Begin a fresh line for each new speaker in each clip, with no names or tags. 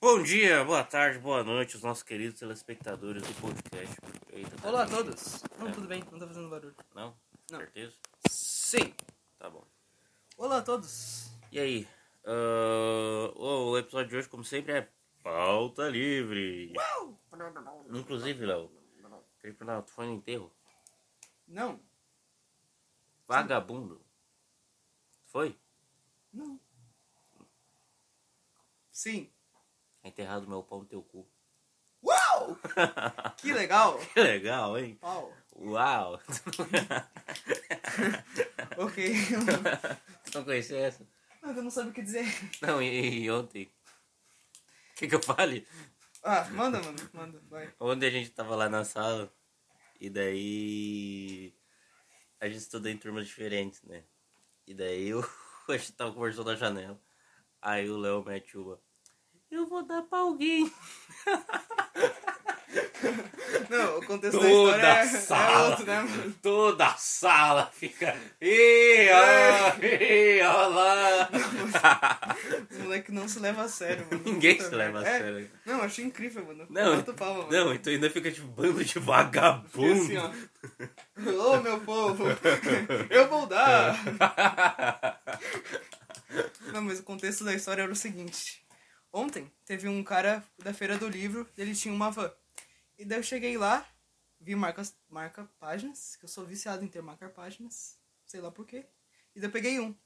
Bom dia, boa tarde, boa noite, os nossos queridos telespectadores do podcast. Eita, tá
Olá a
bem?
todos! Não,
É.
tudo bem, não tá fazendo barulho.
Não?
Não.
Certeza?
Sim!
Tá bom.
Olá a todos!
E aí? Ah, o episódio de hoje, como sempre, é pauta livre. Inclusive, Léo, Felipe Léo, tu foi no enterro?
Não,
Vagabundo. Foi?
não. Sim.
É enterrado meu pau no teu cu.
Uau! Que legal!
Que legal, hein?
Uau!
Uau!
Ok.
tu não conhecia essa?
Não, eu não sabia o que dizer.
Não, e, e ontem? O que que eu fale?
Ah, manda, mano. Manda, vai.
Ontem a gente tava lá na sala e daí a gente estudou em turmas diferentes, né? E daí eu, a gente tava conversando na janela. Aí o Léo mete uma. Eu vou dar pra alguém.
Não, o contexto da
Toda
história é, é
sala.
outro, né, mano?
Toda a sala fica. Ih, ó, ih, ó lá.
Os moleques não se levam a sério, mano.
Ninguém
Puta
se leva a
merda. É.
sério.
Não, eu achei incrível, mano.
Não,
Bato palma, mano.
não, então ainda fica de bando de
E
vagabundo.
assim, ó. Ô, meu povo! Eu vou dar!
É.
Não, mas o contexto da história era o seguinte. Ontem teve um cara da feira do livro, ele tinha uma van. E daí eu cheguei lá, vi marcas, marca páginas, que eu sou viciado em ter marca páginas, sei lá porquê. E daí eu peguei um.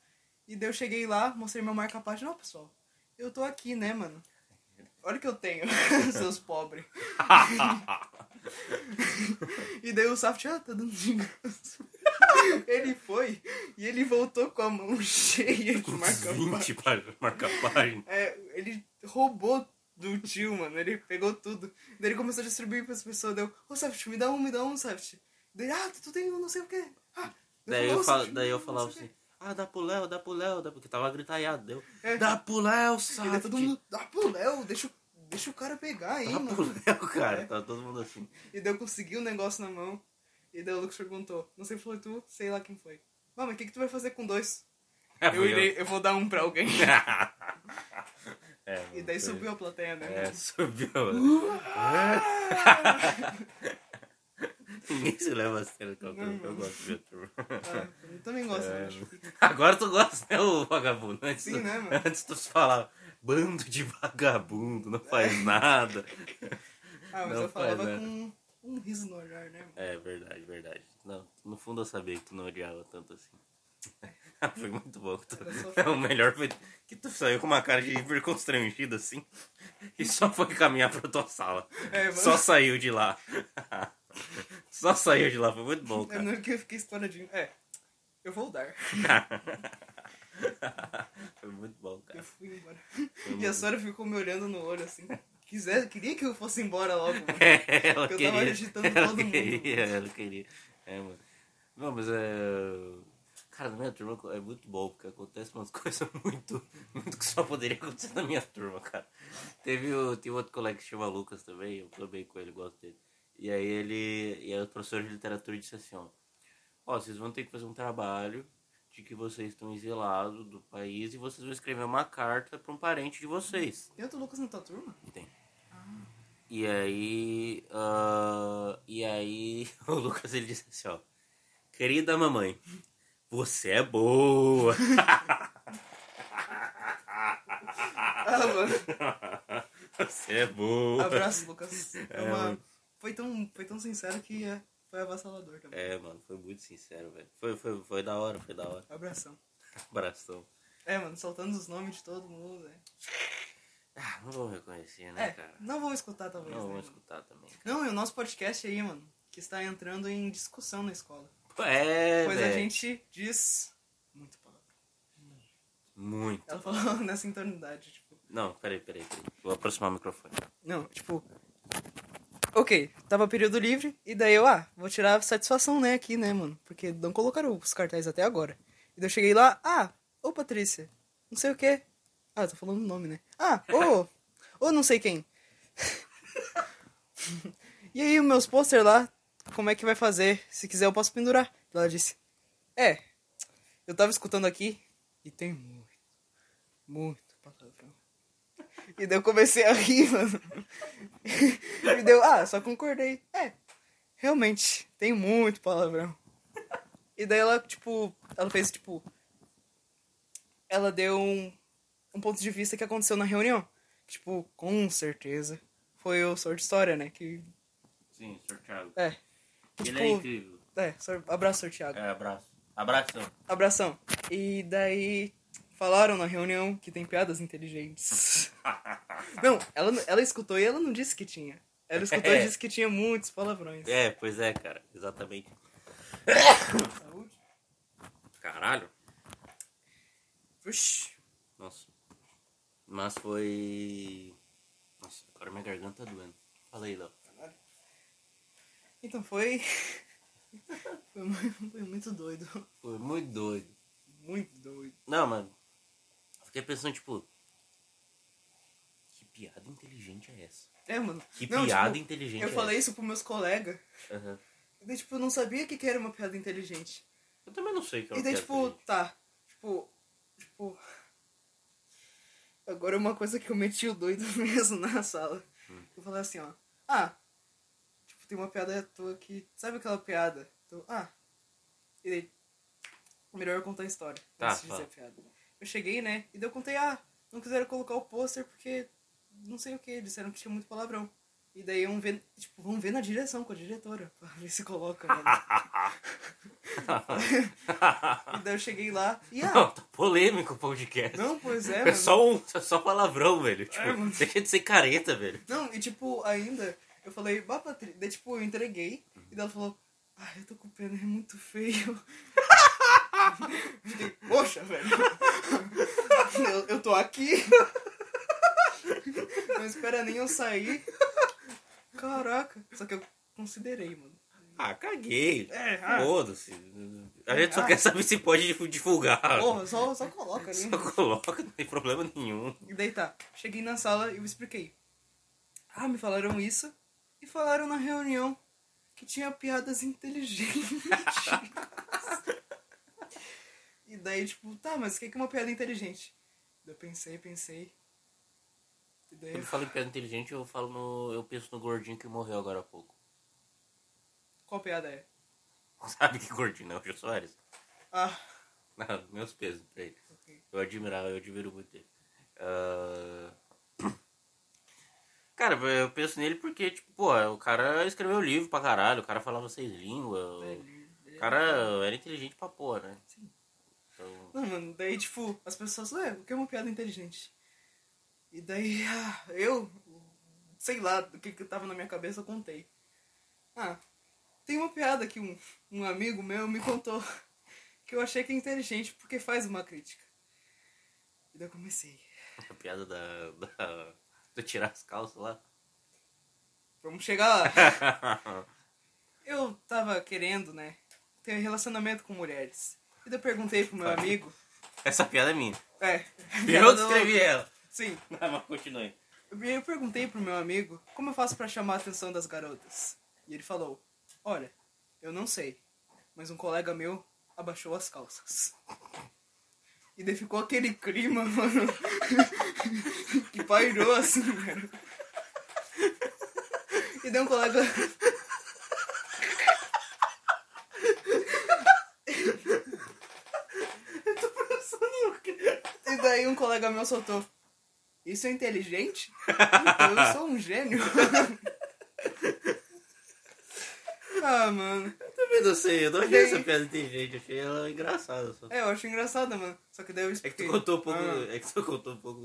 E daí eu cheguei lá, mostrei meu marca página, ó pessoal, eu tô aqui, né, mano? Olha o que eu tenho, seus pobres. E daí o Saft, ah, tá dando de graça. ele foi e ele voltou com a mão cheia de marca
20 páginas, marca página.
é, ele roubou do tio, mano. Ele pegou tudo. Daí ele começou a distribuir pras pessoas. Deu, ô Saft, me dá um, me dá um, Saft. Daí, ah, tu tem um, não sei o quê. Ah,
Daí eu,
falei, "Ô,
fal-
Saft, me
daí
dá
eu
um,
falava
não sei o
assim,
quê."
ah, dá pro Léo, dá pro Léo, dá porque tava gritaiado, deu.
É.
Dá pro Léo,
E daí
sabe?
todo mundo, dá pro Léo, deixa, o- deixa o cara pegar, hein,
Dá pro
mano.
Léo, cara.
É.
Tá todo mundo assim.
E daí eu consegui o negócio na mão. E daí o Lucas perguntou, não sei se foi tu, sei lá quem foi. Mano, mas o que, que tu vai fazer com dois?
É,
eu
fui
irei, eu vou dar um pra alguém.
É,
E
mano,
daí
foi-
subiu a plateia, né?
É, subiu. mano. Ninguém se leva a sério que eu,
Uh! Não,
eu
mano.
gosto de turma.
Ah, eu também gosto,
É.
né? Acho que-
Agora tu gosta, né, ô vagabundo? Antes,
Sim,
tu-
né, mano?
antes tu falava, bando de vagabundo, não faz nada.
Ah, mas
Não
eu falava
faz, né?
com um riso no olhar, né, mano?
É verdade, verdade. Não, no fundo eu sabia que tu não odiava tanto assim. Ah, foi muito bom. que tu-
Era só-
É, o melhor foi que tu saiu com uma cara de hiper constrangido assim e só foi caminhar pra tua sala.
É, mano.
Só saiu de lá. Só saiu de lá, foi muito bom,
É
cara.
melhor que eu fiquei estouradinho. É, eu vou dar.
Foi muito bom,
Eu
cara.
fui embora. E a senhora ficou me olhando no olho assim. Quiser, queria que eu fosse embora logo. mano.
É, ela
Porque eu
queria.
tava agitando
ela
todo mundo.
queria, ela queria. É, mano. Não, mas é. Cara, na minha turma é muito bom, porque acontece umas coisas muito. Muito que só poderia acontecer na minha turma, cara. Teve o, tem outro colega que se chama Lucas também, eu também com ele, gosto dele. E aí ele. E aí o professor de literatura disse assim, ó. Ó, vocês vão ter que fazer um trabalho de que vocês estão exilados do país e vocês vão escrever uma carta pra um parente de vocês.
Tem outro Lucas na tua turma?
Tem. E aí. ah, e aí o Lucas ele disse assim, ó. Querida mamãe, você é boa.
Ah, mano.
você é boa.
Abraço, Lucas. É
É,
uma-
mano.
Foi, tão, foi tão sincero que é, foi avassalador também.
É, mano, foi muito sincero, velho. Foi, foi, foi da hora, foi da hora.
Abração.
Abração.
É, mano, soltando os nomes de todo mundo, né?
Ah, não vou reconhecer, né,
É,
cara?
não vou escutar talvez,
Não
né?
vão
mano?
escutar também.
Não, e o nosso podcast aí, mano, que está entrando em discussão na escola.
Pô, É,
Pois a
velho.
gente diz muito palavrão.
Muito.
Ela falou nessa intonidade, tipo.
Não, peraí, peraí, peraí. Vou aproximar o microfone.
Não, tipo. Ok, tava período livre, e daí eu, ah, vou tirar a satisfação, né, aqui, né, mano? Porque não colocaram os cartazes até agora. E daí eu cheguei lá, ah, ô Patrícia, não sei o quê. Ah, tô falando o nome, né? Ah, ô, ô não sei quem. e aí, meus pôster lá, como é que vai fazer? Se quiser eu posso pendurar. Ela disse, é, eu tava escutando aqui, e tem muito, muito palavrão. E E daí eu comecei a rir, mano. E deu, ah, só concordei. É, realmente, tem muito palavrão. E daí ela, tipo, ela fez, tipo. Ela deu um, um ponto de vista que aconteceu na reunião. Tipo, com certeza. Foi o Sor de História, né? Que.
Sim, Sr. Thiago.
É.
Ele é incrível.
é, Sr. abraço, Sr. Thiago.
É, abraço. Abração.
Abração. E daí falaram na reunião que tem piadas inteligentes. não, ela, ela escutou e ela não disse que tinha. Ela escutou e disse que tinha muitos palavrões.
É, pois é, cara. Exatamente.
Saúde.
Caralho.
Puxa.
Nossa. Mas foi. Nossa, agora minha garganta tá doendo. Fala aí, Léo.
Então foi. foi, muito, foi muito doido.
Foi muito doido.
Muito doido.
Não, mano. Eu Fiquei pensando, tipo. Que piada inteligente é essa?
É, mano.
Que
Não,
piada
tipo,
inteligente
Eu
é
falei isso pros meus colegas.
essa? Aham.
E daí, tipo, eu não sabia o que, que era uma piada inteligente.
Eu também não sei o que é
E
uma
daí,
piada
tipo,
inteligente.
tá. Tipo. Tipo. Agora é uma coisa que eu meti o doido mesmo na sala.
Hum.
Eu falei assim, ó. Ah. Tipo, tem uma piada tua que. Sabe aquela piada? Então, ah. E daí. Melhor eu contar a história.
Tá,
antes de dizer
fala.
a piada. Eu cheguei, né? E daí eu contei, ah, não quiseram colocar o pôster porque. Não sei o que, disseram que tinha muito palavrão. E daí vão ver, tipo, vão ver na direção com a diretora, pra ver se coloca, né? mano. e daí eu cheguei lá e ah,
Não, tá polêmico o podcast.
Não, pois é,
É
mano.
só, um, é só palavrão, velho. Tipo,
É, mano.
deixa de ser careta, velho.
Não, e tipo, ainda, eu falei, bah, Patrícia. Daí, tipo, eu entreguei. E daí ela falou, ai, eu tô com pena, é muito feio. Fiquei, poxa, velho. Eu, eu tô aqui. Não espera nem eu sair. Caraca. Só que eu considerei, mano.
Ah, caguei.
É, ah.
Foda-se. A gente só
Ah.
quer saber se pode difu- divulgar.
Porra, só, só coloca ali.
Só coloca, não tem problema nenhum.
E daí tá, cheguei na sala e eu expliquei. Ah, me falaram isso. E falaram na reunião que tinha piadas inteligentes. e daí, tipo, tá, mas o que que é uma piada inteligente? Daí Eu pensei, pensei. E daí
Quando eu
eu...
falo em piada inteligente, eu falo no. Eu penso no gordinho que morreu agora há pouco.
Qual piada é?
Sabe que gordinho não é o Jô Soares?
Ah,
Não, meus pesos pra ele.
ok.
Eu admirava, eu admiro muito ele. Ah, Cara, eu penso nele porque, tipo, pô, o cara escreveu um livro pra caralho, o cara falava seis línguas.
É,
o- O cara era inteligente pra porra, né?
Sim.
Então,
Não, mano, daí, tipo, as pessoas, ué, o que é uma piada inteligente? E daí, ah, eu, sei lá, o que que tava na minha cabeça, eu contei. Ah, tem uma piada que um, um amigo meu me contou, que eu achei que é inteligente, porque faz uma crítica. E daí eu comecei,
a piada da, da. do tirar as calças lá.
vamos chegar lá. Eu tava querendo, né, ter relacionamento com mulheres. E daí eu perguntei pro meu amigo,
Essa piada é minha.
é...
Eu que escrevi ela.
Sim.
Não, mas continue.
E Eu perguntei pro meu amigo como eu faço pra chamar a atenção das garotas. E ele falou: Olha, eu não sei, mas um colega meu abaixou as calças. E daí ficou aquele clima, mano, que pairou assim, velho. E daí um colega. E daí um colega meu soltou. Isso é inteligente? Então eu sou um gênio. ah, mano.
Eu também não sei, eu não achei
Bem-
essa piada inteligente, achei ela engraçada só.
É, eu acho engraçado, mano. Só que daí eu
É que
expliquei.
tu contou um pouco.
Ah,
É que tu contou um pouco.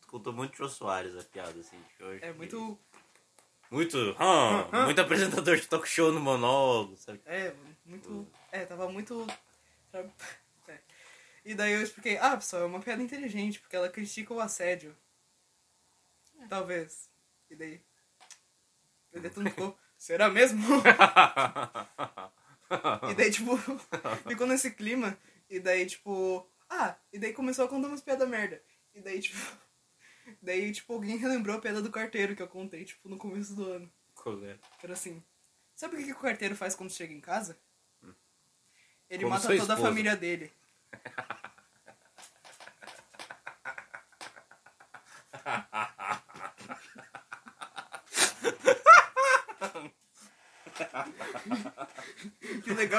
Tu contou muito Jô Soares a piada, assim. que eu
é
achei-
muito.
Muito. hã,
Hã, hã.
Muito apresentador de talk show no monólogo, sabe?
É, mano, muito. É, tava muito. tra- É. E daí eu expliquei, ah, pessoal, é uma piada inteligente, porque ela critica o assédio. Talvez. E daí. E daí todo mundo ficou, será mesmo? E daí, tipo, ficou nesse clima. E daí, tipo, ah, e daí começou a contar umas piadas merda. E daí, tipo, daí, tipo, alguém relembrou a piada do carteiro que eu contei, tipo, no começo do ano.
Qual é?
Era assim, sabe o que, que o carteiro faz quando chega em casa? Ele
Como
mata
Hum. sua
toda a
esposa.
família dele.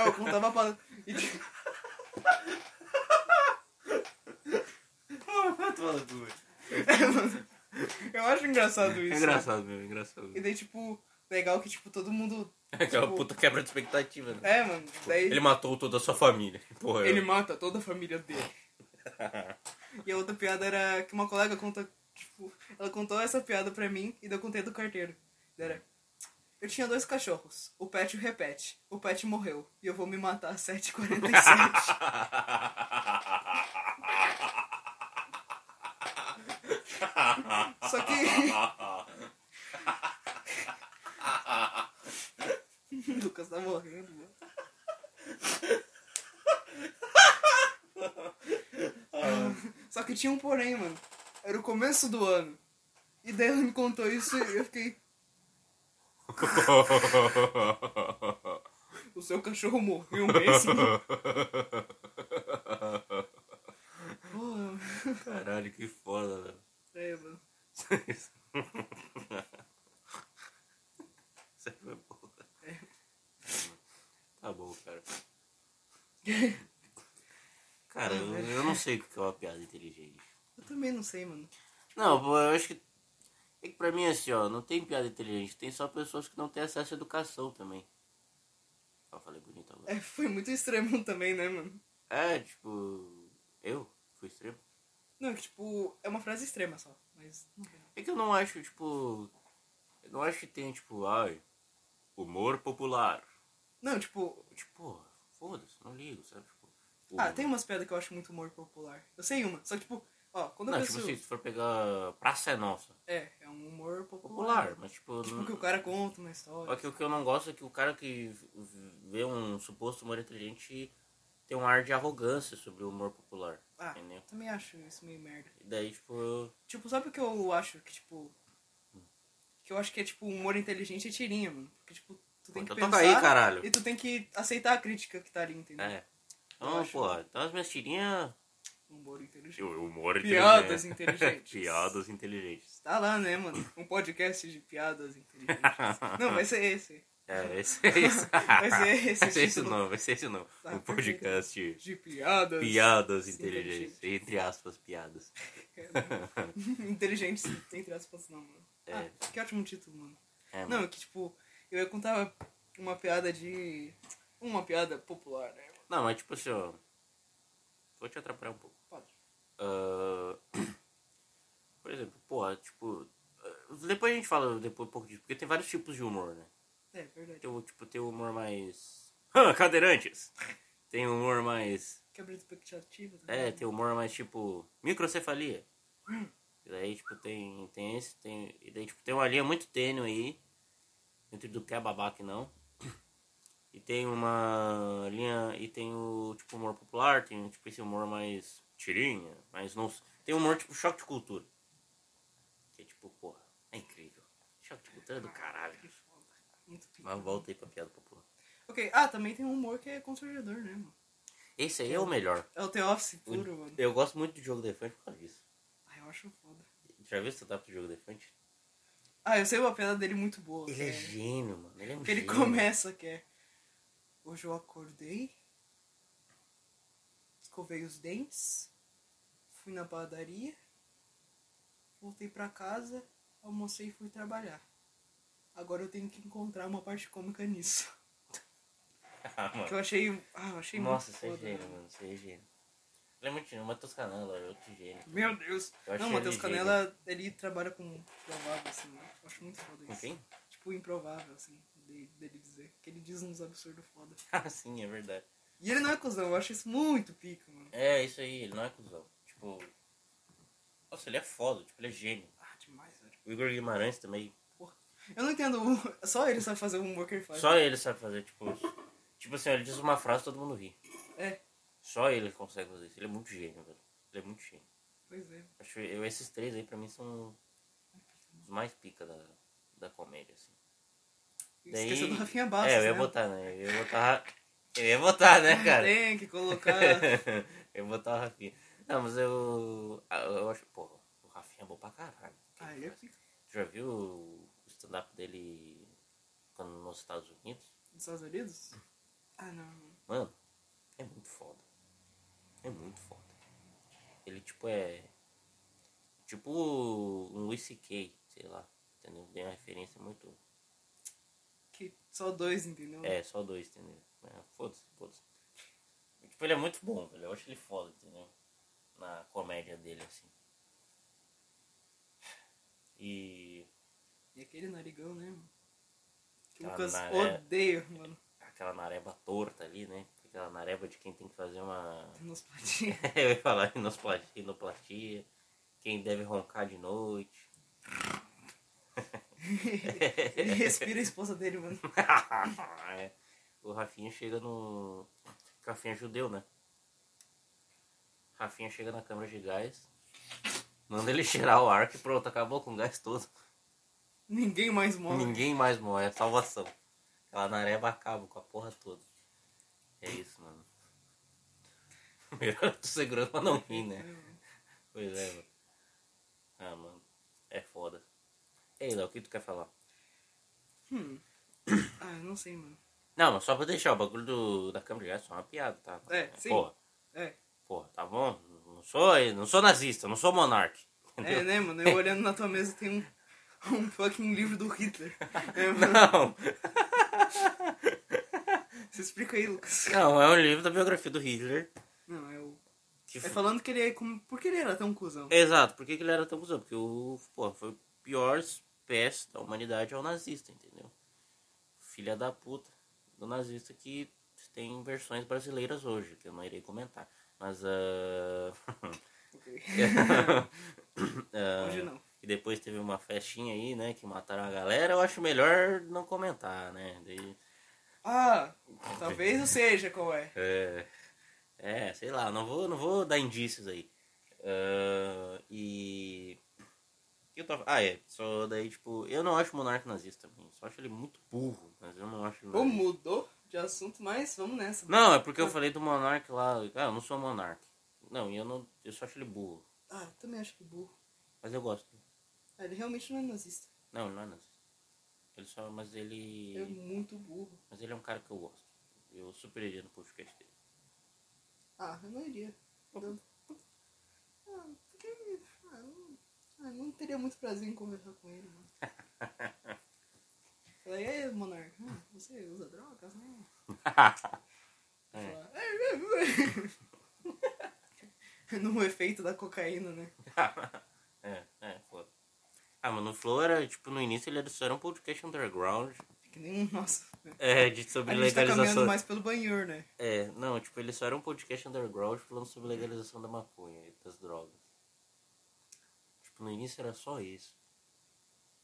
apontava pra. E, tipo,
Ah,
eu acho engraçado isso. né?
É engraçado mesmo, é engraçado.
E daí, tipo, legal que, tipo, todo mundo.
Aquela
tipo-
puta quebra de expectativa, né?
É, mano. Daí
Ele
ele,
matou toda a sua família. Porra, eu-
mata toda a família dele. E a outra piada era que uma colega conta, tipo, ela contou essa piada pra mim e daí eu contei do carteiro. Era. Eu tinha dois cachorros. O Pet e o repete. O Pet morreu. E eu vou me matar às 7h47. Só que. o Lucas tá morrendo, mano. Só que tinha um porém, mano. Era o começo do ano. E daí ela me contou isso e eu fiquei. O seu cachorro morreu mesmo? Pô,
Caralho, que foda, velho.
é, mano.
Isso aí foi boa. Tá bom, cara. Cara, eu, eu não sei o que é uma piada inteligente.
Eu também não sei, mano.
Não, pô, eu acho que. É que pra mim é assim, ó, não tem piada inteligente, tem só pessoas que não têm acesso à educação também. Ó, falei bonito agora.
É, foi muito extremo também, né, mano?
É, tipo. Eu? Fui extremo?
Não, é que tipo, é uma frase extrema só. Mas. não sei.
É que eu não acho, tipo. Eu não acho que tem, tipo, ai. Humor popular.
Não, tipo.
Tipo, foda-se, não ligo, sabe? Tipo,
Ah,
o-
tem umas piadas que eu acho muito humor popular. Eu sei uma, só que tipo, ó, quando a
Não, tipo
pessoa.
assim, se for pegar Praça é Nossa,
É, é um humor popular.
popular, mas tipo.
Tipo,
não-
que o cara conta uma história.
Só que o que eu não gosto é que o cara que vê um suposto humor inteligente tem um ar de arrogância sobre o humor popular.
Ah,
Entendeu?
também acho isso meio merda.
E daí, tipo, eu-
Tipo, sabe o que eu acho que, tipo. Que eu acho que é, tipo, humor inteligente é tirinha, mano. Porque, tipo, tu tem
Então
que
toca
pensar.
aí, caralho.
E tu tem que aceitar a crítica que tá ali, entendeu?
é.
Eu
Então,
acho-
pô, então as minhas tirinhas.
Humor inteligente.
Eu- Humor
Piadas
inteligente.
inteligentes.
Piadas inteligentes.
Tá lá, né, mano? Um podcast de piadas inteligentes. Não, vai ser esse.
É, esse é isso. Vai
ser esse
Vai ser esse
título.
não, vai ser esse não.
Tá,
o podcast
De piadas.
Piadas
Inteligentes.
Inteligentes. Entre aspas, piadas.
inteligentes, entre aspas, não, mano.
É.
Ah, que ótimo título, mano.
É,
Não,
mano.
é que, tipo, eu ia contar uma piada de. Uma piada popular, né, mano?
Não, mas tipo assim, ó. Vou te atrapalhar um pouco.
Pode.
Ah, por exemplo, porra, tipo. ah, Depois a gente fala depois um pouco disso, porque tem vários tipos de humor, né?
É, verdade.
Tem o tipo, tem o humor mais. "Hã, cadeirantes! Tem o humor mais.
Quebra de expectativa. tá
É,
ligado?
tem o humor mais tipo. microcefalia. E daí, tipo, tem, tem esse, tem. E daí, tipo, tem uma linha muito tênue aí. Entre do que é babaca e não. E tem uma linha. E tem o tipo humor popular, tem tipo esse humor mais tirinha, mas não. Tem humor tipo choque de cultura. Que é tipo, porra, é incrível. Choque de cultura é do caralho.
Que foda. Muito pica.
Mas volta aí pra piada popular.
Ok, ah, também tem um humor que é constrangedor, né, mano?
Esse aí é o melhor.
É o The Office puro, mano.
Eu gosto muito do jogo de elefante por causa disso.
Ah, eu acho foda.
Já viu o setup do jogo de elefante?
Ah, eu sei uma piada dele muito boa.
Ele é
que
gênio, mano. Ele é um
que ele
gênio.
começa que é. Hoje eu acordei, escovei os dentes, fui na padaria, voltei pra casa, almocei e fui trabalhar. Agora eu tenho que encontrar uma parte cômica nisso.
Ah, mano.
Que eu achei. Ah, eu achei
Nossa,
muito
você é
foda.
gênio,
mano.
mano. Você é gênio. Ele é muito gênio. Matheus Canela é outro gênio.
Meu Deus.
Eu achei
Não, Matheus
ele
Canela, ele trabalha com improvável, assim, né? Eu acho muito foda
Com
isso.
quem?
Tipo, improvável, assim, de- dele dizer. Que ele diz uns absurdos foda.
Ah, sim, é verdade.
E ele não é cuzão, eu acho isso muito pica, mano.
É, isso aí. Ele não é cuzão. Tipo... Nossa, ele é foda. Tipo, ele é gênio.
Ah, demais, velho.
O Igor Guimarães também.
Porra. Eu não entendo, o- só ele sabe fazer o humor que ele faz.
Só ele sabe fazer, tipo... Tipo assim, ele diz uma frase todo mundo ri.
É,
Só ele consegue fazer isso. Ele é muito gênio, velho. Ele é muito gênio.
pois é.
Acho que eu, esses três aí, pra mim, são os mais pica da, da comédia, assim.
Esqueceu do
Daí-
Rafinha Bastos,
É, eu ia
né?
botar, né? Eu ia botar... Eu ia botar, né, cara?
Tem que colocar...
eu vou botar o Rafinha. Não, mas eu. ah, Eu acho. Pô, o Rafinha é bom pra caralho.
ah, ele é pica.
Tu já viu o stand-up dele quando nos Estados Unidos?
Dos Estados Unidos? Ah, não.
Mano, é muito foda. É muito foda. Ele, tipo, é. Tipo um Luis C.K., sei lá. Entendeu? Tem uma referência muito.
Que só dois, entendeu?
É, só dois, entendeu? É, foda-se, foda-se. Tipo, ele é muito bom, velho. Eu acho ele foda, entendeu? Na comédia dele, assim. E.
E aquele narigão, né, mano? Que o
Aquela
Lucas
maré.
odeia, mano.
aquela nareba torta ali, né? Aquela nareba de quem tem que fazer uma.
Nos platinhos.
Eu ia falar rinosplastia, rinoplastia. Quem deve roncar de noite.
Ele respira a esposa dele, mano.
É. o Rafinha chega no. Rafinha é judeu, né? Rafinha chega na câmara de gás. Manda ele cheirar o ar que pronto, acabou com o gás todo.
Ninguém mais morre.
Ninguém mais morre, é salvação. Aquela nareba acaba com a porra toda. É isso, mano. Melhor é tu segurando pra não rir, né? Pois é, mano. Ah, mano. É foda. Ei, Léo, o que tu quer falar?
Hum. Ah, eu não sei, mano.
Não, mas só pra deixar o bagulho do, da câmera de gás é só uma piada, tá?
É, sim.
Porra,
É.
porra, tá bom? Não sou, não sou nazista, não sou monarca.
É, né, mano? Eu olhando na tua mesa tem um, um fucking livro do Hitler. É, mano.
Não,
Você explica aí, Lucas.
não, é um livro da biografia do Hitler.
Não, é o.
Que
É
foi...
falando que ele é. Como... Por que ele era tão cuzão?
Exato, por que, que ele era tão cuzão? Porque o, porra, foi o pior espécie da humanidade ao nazista, entendeu? Filha da puta do nazista que tem versões brasileiras hoje, que eu não irei comentar. Mas, ah,
Ok.
ah,
Hoje não.
E depois teve uma festinha aí, né, que mataram a galera, eu acho melhor não comentar, né? Daí,
Ah, talvez eu seja qual é.
é, é, sei lá, não vou, não vou dar indícios aí. Ah, e. o que eu tava- Ah, é, só daí, tipo, eu não acho o monarca nazista, eu só acho ele muito burro, mas eu não acho. ele
Ou
nazista.
mudou de assunto, mas vamos nessa.
Não, é porque eu falei do monarca lá, ah, eu não sou monarca. Não, e eu não, eu só acho ele burro,
Ah, eu também acho que burro.
mas eu gosto.
Ah, ele realmente não é nazista.
Não, ele não é nazista. Ele só, mas ele.
Ele é muito burro.
Mas ele é um cara que eu gosto. Eu super iria no podcast dele.
Ah, eu não iria. Não. Ah, porque. Ah, não, ah, não teria muito prazer em conversar com ele, mano. Falei, e aí, monarca, hum, você usa drogas, né?
É.
Falar, "É, é, é." no efeito da cocaína, né?
é, é, foda. Ah, mas no Flow era, tipo, no início ele era só era um podcast underground.
Que nem o nosso. né?
É, de, sobre
A gente tá
legalização.
caminhando mais pelo banheiro, né?
É, não, tipo, ele só era um podcast underground falando sobre legalização da maconha e das drogas. Tipo, no início era só isso.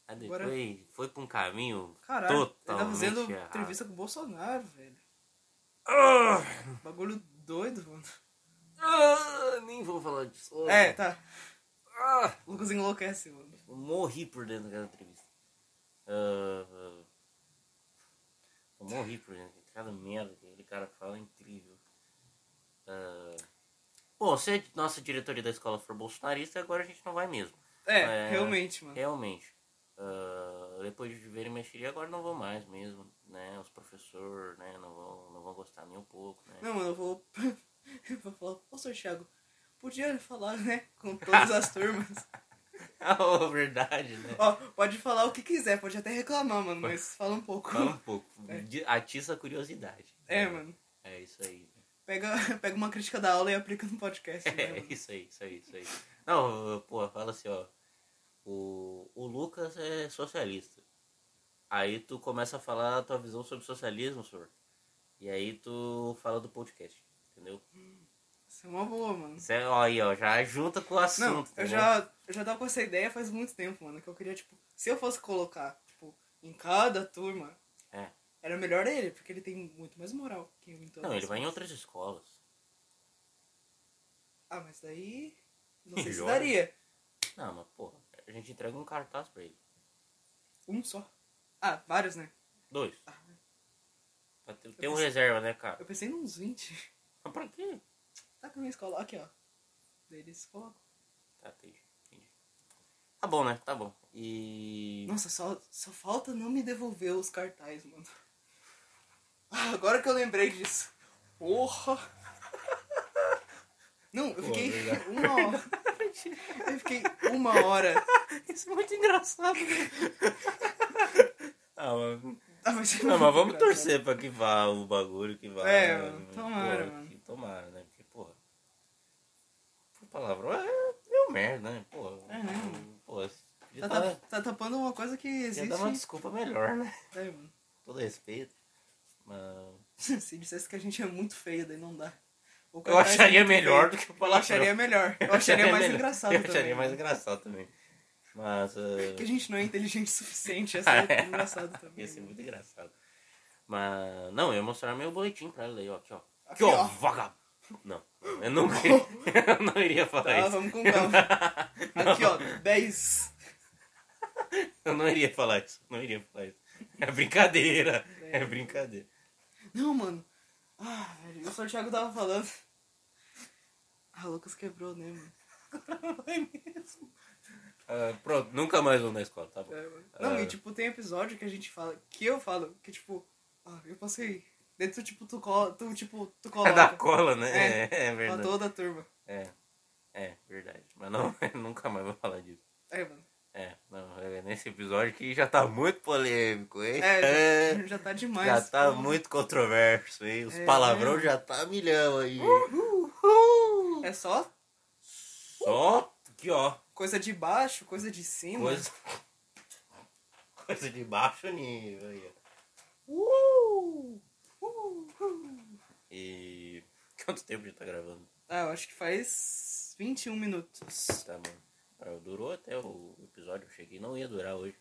Aí depois
Agora-
foi pra um caminho
Caralho, ele tá
totalmente
fazendo
errado.
entrevista com o Bolsonaro, velho.
Ah!
Bagulho doido, mano.
Ah, nem vou falar disso. hoje.
É, tá.
Ah!
O Lucas enlouquece, mano.
Eu morri por dentro daquela entrevista. Ah, ah. eu morri por dentro. Cada merda que aquele cara fala é incrível. Ah, bom, se a nossa diretoria da escola for bolsonarista, agora a gente não vai mesmo.
É,
É,
realmente, mano.
Realmente. Ah, depois de ver e mexer, agora não vou mais mesmo, né? Os professores, né? Não vão, não vão gostar nem um pouco, né?
Não, mano, eu vou. eu vou falar, ô, seu Thiago, podia falar, né? Com todas as turmas.
Ah, verdade, né?
Ó, pode falar o que quiser, pode até reclamar, mano, mas fala um pouco.
Fala um pouco. de- Atiça a curiosidade.
É, mano.
É isso aí.
Pega, pega uma crítica da aula e aplica no podcast. né,
É,
mano?
isso aí, isso aí, isso aí. Não, pô, fala assim, ó. O, o Lucas é socialista. Aí tu começa a falar a tua visão sobre socialismo, senhor. E aí tu fala do podcast, entendeu?
Isso é uma boa, mano.
Isso é, ó, aí, ó, já junta com o assunto.
Não, eu
entendeu?
já, eu já tava com essa ideia faz muito tempo, mano. Que eu queria, tipo, se eu fosse colocar, tipo, em cada turma,
É.
era melhor ele, porque ele tem muito mais moral que eu em todas.
Não, ele vai em outras escolas.
Ah, mas daí. Não sei se
Melhor.
daria.
Não, mas, porra, a gente entrega um cartaz pra ele.
Um só. Ah, vários, né?
Dois.
Ah,
Pra ter, ter um
pensei-
reserva, né, cara?
eu pensei em uns 20.
Mas pra quê?
Tá com a minha escola, aqui, ó. Daí eles colocam.
Tá, entendi, entendi. Tá bom, né? Tá bom. E.
Nossa, só, só falta não me devolver os cartazes, mano. Ah, Agora que eu lembrei disso. Porra! Não, eu fiquei
verdade.
uma hora. Eu fiquei uma hora.
Isso é muito engraçado. ah, mas...
Ah, mas,
Não, mas vamos torcer pra que vá o bagulho, que vá. né?
É, mano, tomara,
Pô,
mano.
Que tomara, né? Porque, porra. Por palavra, é, deu merda, né? Porra.
É, né?
Pô,
Tá,
já
tá-
tava-
tá tapando uma coisa que
já tá
existe.
dá uma desculpa melhor, né?
É, mano.
Todo respeito. Mas.
Se dissesse que a gente é muito feio, daí não dá. Ou que
Eu
a gente é
acharia
muito
melhor
feio.
do que o
Eu
palavrão.
acharia melhor. Eu acharia mais
melhor.
engraçado
Eu
também.
acharia mais engraçado também. Mas. ah,
Que a gente não é inteligente o suficiente, essa é engraçado também.
Ia ser muito engraçado. Mas. Não, eu ia mostrar meu boletim pra ela aí, ó. Aqui, ó.
Aqui,
Aqui, ó,
ó.
vagabundo. Não, eu nunca eu não iria falar
Tá,
isso.
vamos com calma. Tá Aqui, ó, 10.
Eu não iria falar isso. Não iria falar isso. É brincadeira.
É.
É brincadeira.
Não, mano. Ah, velho, o Sr. Thiago tava falando. Ah, o Lucas quebrou, né, mano?
Ah, pronto, nunca mais vou na escola, tá bom?
É, mano. Não,
Ah.
e tipo, tem episódio que a gente fala, que eu falo, que tipo, ah, eu passei. Dentro, tipo, tu cola, tu, tipo, tu
É da
coloca
cola, né?
É.
É, é
pra
verdade.
toda a turma.
É. É, verdade. Mas não, nunca mais vou falar disso.
É, mano.
É, não, é nesse episódio que já tá muito polêmico, hein?
É, já, já tá demais.
Já tá
pô.
muito controverso, hein? Os
É.
palavrões já tá milhão aí.
É só
Só que, ó,
coisa de baixo, coisa de cima.
coisa... coisa de baixo nível aí, ó.
Uh, uh, uh.
E quanto tempo já tá gravando?
Ah, eu acho que faz 21 minutos.
Tá bom. Ah, Durou até o episódio, eu cheguei. Não ia durar hoje.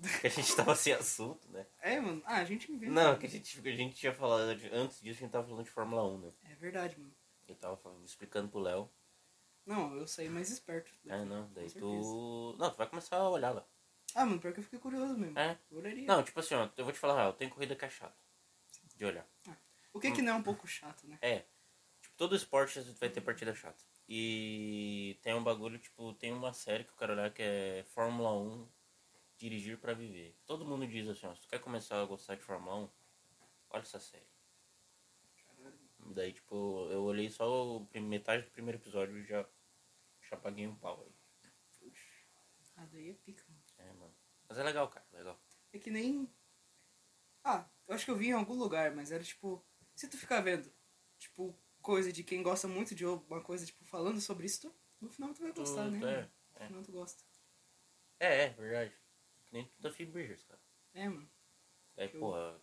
Porque a gente tava sem assunto, né?
É, mano. Ah, a gente inventa.
Não, que a gente, a gente tinha falado. de- Antes disso, a gente tava falando de Fórmula 1, né?
É verdade, mano.
Eu tava falando- explicando pro Léo.
Não, eu saí mais esperto.
Ah, não. Daí
Com
tu. Não, tu vai começar a olhar lá.
Ah, mano, pior que eu fiquei curioso mesmo.
É?
Eu olharia.
Não, tipo assim, ó, eu vou te falar, ó, tem corrida que é chata. De olhar.
O que que não é um pouco chato, né?
É. Tipo, todo esporte vai ter partida chata. E tem um bagulho, tipo, tem uma série que eu quero olhar que é Fórmula 1 Dirigir pra Viver. Todo mundo diz assim, ó, se tu quer começar a gostar de Fórmula 1, olha essa série. Daí, tipo, eu olhei só o prim- metade do primeiro episódio e já, já paguei um pau aí.
Ah, daí é pica, mano.
É, mano. Mas é legal, cara, legal.
É que nem... Ah, eu acho que eu vi em algum lugar, mas era tipo... Se tu ficar vendo, tipo, coisa de quem gosta muito de uma coisa, tipo, falando sobre isso, tu- no final tu vai
Tu-
gostar, né?
tu é,
mano?
é.
No final tu gosta.
É, é, verdade. Que Nem tudo da Phoebe Bridgers, cara.
É, mano.
Daí,
Eu-
porra,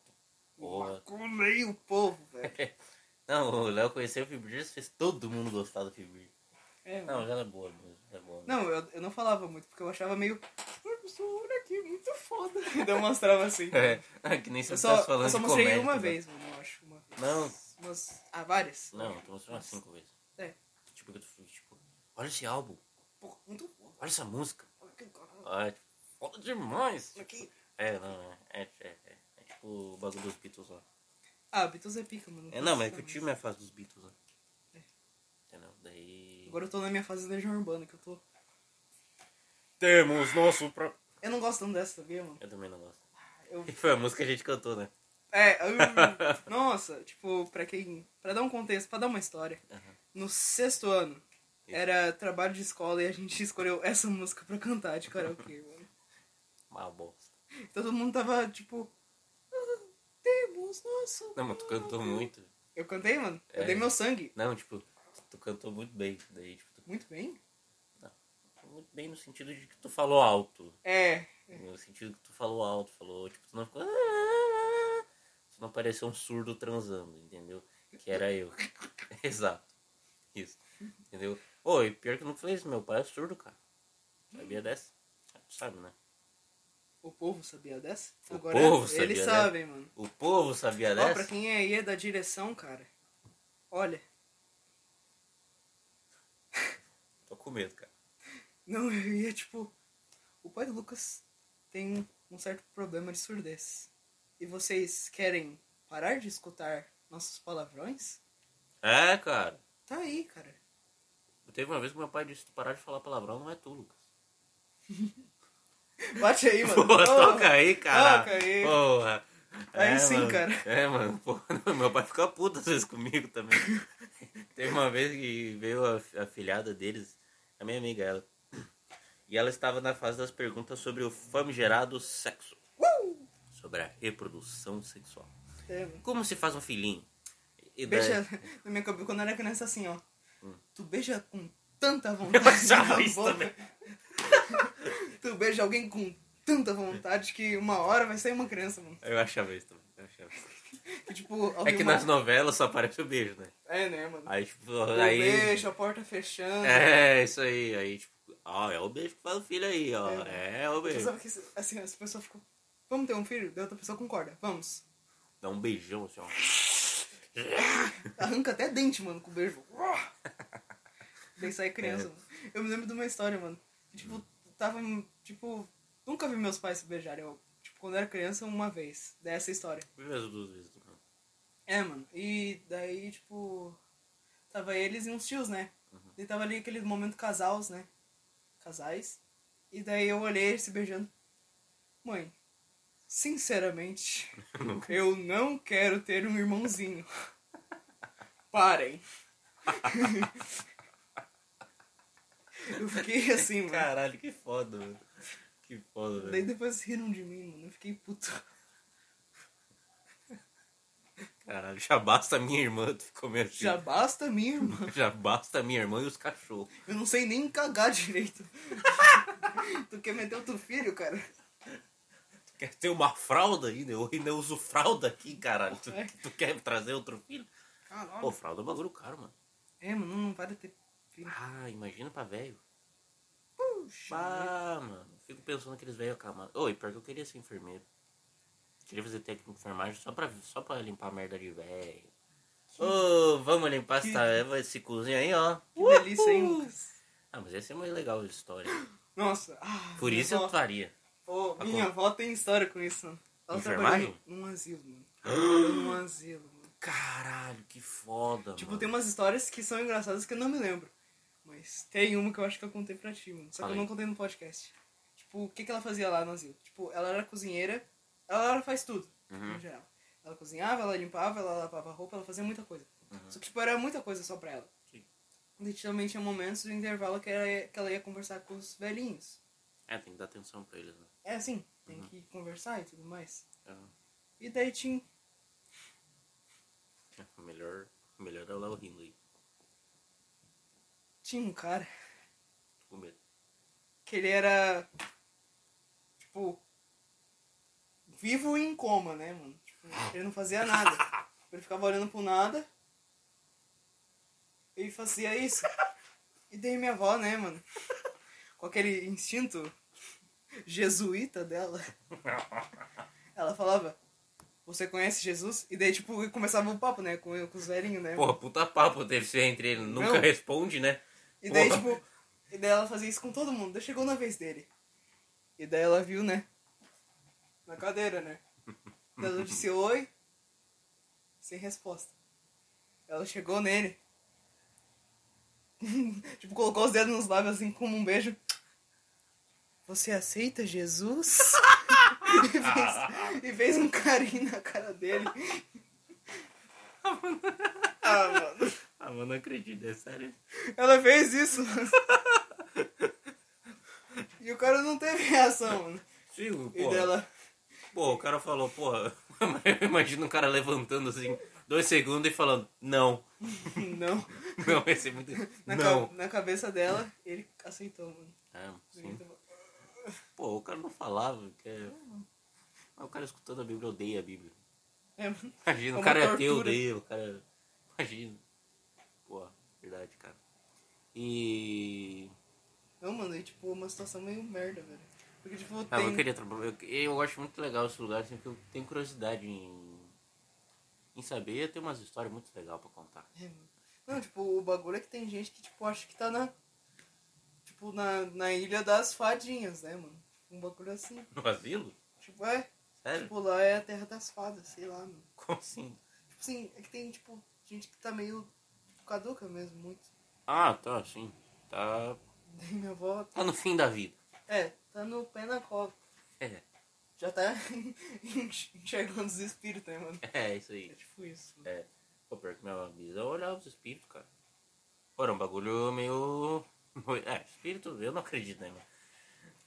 Porra.
Maculei o povo, velho.
Não, o Léo conheceu o Phoebe Bridgers, fez todo mundo gostar do Phoebe Bridgers.
É, mano.
Não, ela é boa mesmo. ela é boa. mesmo.
Não, eu, eu não falava muito, porque eu achava meio... "Eu sou aqui, é muito foda. Então eu mostrava assim.
É, ah, que nem se
Eu
eu
só,
tivesse falando
eu só
de
mostrei
comédia,
uma
tá?
vez, mano, eu acho. Uma vez.
Não.
Umas, ah, várias?
Não, eu tô mostrando umas cinco vezes.
É.
Tipo, que eu tô- tipo, olha esse álbum,
Pô, muito foda.
olha essa música.
Olha que caralho,
Ah, é, tipo, foda demais.
olha que-
É, não, é, é, é, é, é tipo o bagulho dos Beatles lá.
Ah, Beatles é pica, mano.
É, não, mas é
precisa
que eu
mais.
tive minha fase dos Beatles lá.
É.
Entendeu? Daí...
Agora eu tô na minha fase de Legião Urbana, que eu tô...
temos nosso... Pro...
Eu não gosto tanto dessa, sabia, mano?
Eu também não gosto.
Eu...
E foi a música que a gente cantou, né?
É, eu- nossa, tipo, pra quem... Pra dar um contexto, pra dar uma história.
Aham.
No sexto ano, era trabalho de escola e a gente escolheu essa música pra cantar de karaokê, mano.
Uma bosta.
Então todo mundo tava, tipo... "Ah, Temos nosso...
Não, mas tu cantou muito.
Eu cantei, mano. Eu
É.
dei meu sangue.
Não, tipo, tu- tu cantou muito bem. Daí, tipo, tu
Muito bem.
Muito bem no sentido de que tu falou alto.
É,
No sentido que tu falou alto, falou, tipo, tu não ficou. "Ah", Tu não pareceu um surdo transando, entendeu? Que era eu. Exato. Isso. Entendeu? Oi, pior que eu não falei isso, meu pai é surdo, cara. Sabia dessa? Tu sabe, né?
o povo sabia dessa?
O
Agora
povo sabia
eles
dessa.
sabem, mano.
O povo sabia
Ó, pra
dessa?
quem aí é da direção, cara, olha,
Tô com medo, cara.
não, eu ia tipo. O pai do Lucas tem um certo problema de surdez. E vocês querem parar de escutar nossos palavrões?
É, cara.
Tá aí, cara.
Teve uma vez que meu pai disse: tu parar de falar palavrão não é tu, Lucas.
Bate aí, mano.
Pô,
Ô,
toca aí, cara.
Toca aí.
Porra.
Aí sim,
mano.
cara.
É, mano. Porra, não, meu pai fica puto às vezes comigo também. Teve uma vez que veio a, a filhada deles, a minha amiga, ela. E ela estava na fase das perguntas sobre o famigerado sexo. Sobre a reprodução sexual.
É, mano.
Como se faz um filhinho? E daí-
Beija na minha cabeça, quando eu era criança assim, ó. Tu beija com tanta vontade.
Hum. Eu achava
na
isso
boca.
também.
Tu beija alguém com tanta vontade que uma hora vai sair uma criança, mano.
Eu achava isso também. eu achava isso.
Que, tipo,
É
alguém
que
ma-
nas novelas só aparece o beijo, né?
É, né, mano?
Aí, tipo,
Tu
aí.
beija, a porta fechando.
É, isso aí. Aí, tipo, ó, é o beijo que faz o filho aí, ó. É, o
Tu
beijo.
sabe que, assim, as pessoas ficam... Vamos ter um filho? Daí outra pessoa concorda. Vamos.
Dá um beijão assim, ó.
Arranca até dente, mano, com o beijo. Daí sai criança, mano. Eu me lembro de uma história, mano. Tipo, tava. Tipo, nunca vi meus pais se beijarem. Eu, tipo, quando era criança, uma vez. Dessa história.
Primeiras duas vezes. mano.
É, mano. E daí, tipo. Tava eles e uns tios, né? E tava ali aquele momento casais, né? Casais. E daí eu olhei eles se beijando. Mãe, sinceramente, eu não quero ter um irmãozinho. Parem. eu fiquei assim, mano.
Caralho, que foda, mano. Que foda,
Daí
velho.
depois riram de mim, mano. Eu fiquei puto.
Caralho, já basta minha irmã, tu ficou meio assim.
Já basta minha irmã.
Já basta minha irmã e os cachorros.
Eu não sei nem cagar direito. tu quer meter o teu filho, cara?
Tu quer ter uma fralda ainda? Eu ainda uso fralda aqui, caralho. Tu,
É.
tu quer trazer outro filho?
Caralho.
Pô, fralda é um bagulho caro, mano.
Ah, É, mano, não para ter filho.
Ah, imagina pra velho.
Puxa.
Ah, mano. Fico pensando naqueles velhos acamados. Oi, pior que eu queria ser enfermeiro. Queria fazer técnico de enfermagem só pra, só pra limpar a merda de velho. Ô, vamos limpar
que-
essa, esse cozinho aí, ó.
Que delícia, hein,
Uhul.
Lucas?
Ah, mas ia ser mais legal a história.
Nossa. Ah,
Por
minha
isso eu
avó.
faria.
Ô, minha avó tem história com isso, mano. Ela
Enfermagem?
trabalhou num asilo, mano. Trabalhou num asilo, mano.
Caralho, que foda,
Tipo,
mano.
tem umas histórias que são engraçadas que eu não me lembro. Mas tem uma que eu acho que eu contei pra ti, mano. Só que
Fala
eu
aí.
não contei no podcast. Tipo, o que, que ela fazia lá no asilo? Tipo, ela era cozinheira. Ela era- faz tudo,
Uhum.
no geral. Ela cozinhava, ela limpava, ela lavava a roupa, ela fazia muita coisa. Só que, tipo, era muita coisa só pra ela.
Uhum. Sim.
E também tinha momentos do intervalo que ela ia, que ela ia conversar com os velhinhos.
É, tem que dar atenção pra eles, né?
É assim, tem que conversar e tudo mais.
É,
E daí tinha...
é, melhor, melhor é o Léo rindo aí.
Tinha um cara
Tô com medo.
que ele era. Tipo. Vivo em coma, né, mano? Tipo, ele não fazia nada. Ele ficava olhando pro nada. E fazia isso. E daí minha avó, né, mano? Com aquele instinto jesuíta dela. Ela falava. Você conhece Jesus? E daí, tipo, começava o papo, né? Com, com os velhinhos, né?
Porra, puta papo deve ser entre eles. Nunca
Não.
responde, né?
E daí,
Porra.
tipo, e daí ela fazia isso com todo mundo. Daí chegou na vez dele. E daí ela viu, né? Na cadeira, né? Daí ela disse oi. Sem resposta. Ela chegou nele. tipo, colocou os dedos nos lábios assim, como um beijo. Você aceita Jesus? e, fez, e fez um carinho na cara dele. ah, mano.
Ah, mano, não acredito, é sério.
Ela fez isso. e o cara não teve reação, mano.
Sigo,
E
porra.
dela.
Pô, o cara falou, porra. Eu imagino um cara levantando assim, dois segundos e falando, não.
Não.
Não, vai ser muito.
Na,
não.
ca- na cabeça dela, ele aceitou, mano.
É, sim.
Então,
Pô, o cara não falava. Que é... Mas o cara escutando a Bíblia odeia a Bíblia.
É, mano.
Imagina,
É
o
uma
cara é ateu,
tortura.
odeia, o cara. é Imagina. Pô, verdade, cara. E.
Não, mano, e tipo, uma situação meio merda, velho. Porque, tipo,
Ah, eu
tem.
queria trabalhar. Eu, eu acho muito legal esse lugar, assim, porque eu tenho curiosidade em. Em saber, tem umas histórias muito legais pra contar.
É, mano. Não, tipo, o bagulho é que tem gente que, tipo, acha que tá na. Tipo, na, na ilha das fadinhas, né, mano? Um bagulho assim.
No asilo?
Tipo, é.
Sério?
Tipo, lá é a terra das fadas, sei lá, mano.
Como assim?
Tipo assim, é que tem, tipo, gente que tá meio caduca mesmo, muito.
Ah, tá, sim. Tá,
Daí minha avó.
tá no fim da vida.
É, tá no pé na cova.
É.
Já tá tá enx- enxergando os espíritos, né, mano?
É, isso
É
aí.
tipo isso. mano.
É. Pô, pior que minha bisavó olhava os espíritos, cara. Pô, era um bagulho meio. É, espírito, eu não acredito, né, mano?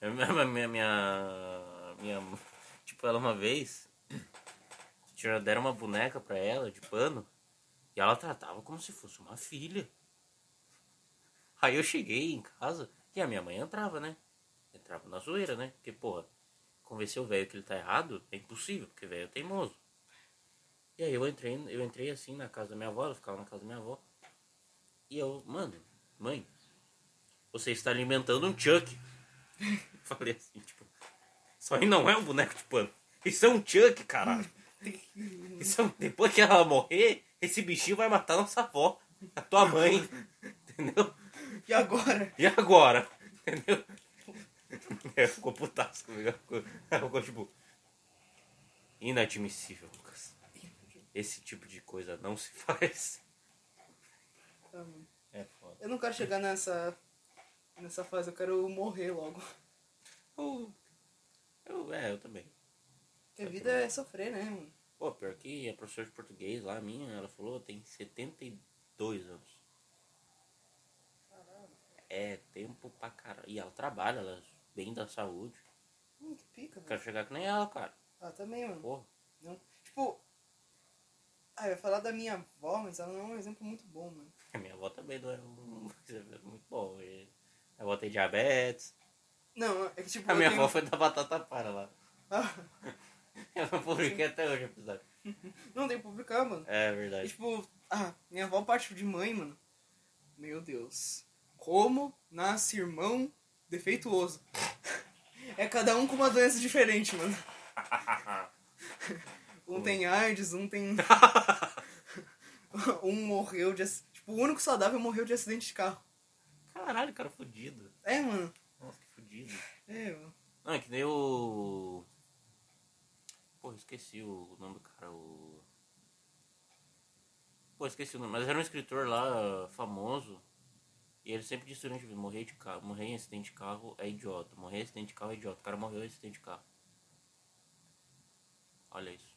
É, Minha, minha, minha, minha- Tipo, ela uma vez. tira- Deram uma boneca pra ela de pano. E ela tratava como se fosse uma filha. Aí eu cheguei em casa e a minha mãe entrava, né? Entrava na zoeira, né? Porque, porra, convencer o velho que ele tá errado é impossível, porque velho é teimoso. E aí eu entrei, eu entrei assim na casa da minha avó, ela ficava na casa da minha avó. E eu, mano, mãe, você está alimentando um Chuck. Falei assim, tipo, isso aí não é um boneco de pano. Isso é um Chuck, caralho. Isso é um- depois que ela morrer, esse bichinho vai matar nossa avó, a tua mãe. Entendeu?
E agora?
E agora? Entendeu? É, ficou putaço comigo. ela Ficou, ela ficou tipo. Inadmissível, Lucas. Esse tipo de coisa não se faz.
Tá, mano.
É foda.
Eu não quero chegar nessa. nessa fase, eu quero morrer logo.
Eu, eu, é, eu também.
Porque a vida é sofrer, né, mano?
Pô, pior que a professora de português lá, minha, ela falou, tem 72 anos. É, tempo pra caralho. E ela trabalha, ela é bem da saúde.
Hum, que pica,
Quero
velho.
chegar que nem ela, cara.
Ah, também, mano.
Porra.
Não. Tipo. Ah, eu ia falar da minha avó, mas ela não é um exemplo muito bom, mano.
A minha avó também não é um exemplo muito bom. E Minha avó tem diabetes.
Não, é que tipo.
A
eu
minha
tenho-
avó foi da batata para lá.
Ah,
Eu não publiquei até hoje o episódio.
não tem que publicar, mano.
É
E,
verdade.
tipo, ah, minha avó parte de mãe, mano. Meu Deus. Como nasce irmão defeituoso? É cada um com uma doença diferente, mano. Um tem AIDS, um tem. um morreu de. ac- Tipo, o único saudável morreu de acidente de carro.
Caralho, cara fudido.
É, mano.
Nossa, que fudido.
É, mano.
Não, é que nem o. Pô, esqueci o nome do cara. O... Pô, esqueci o nome. Mas era um escritor lá famoso. E ele sempre disse durante a vida: morrer, de carro, morrer em acidente de carro é idiota. Morrer em acidente de carro é idiota. O cara morreu em acidente de carro. Olha isso.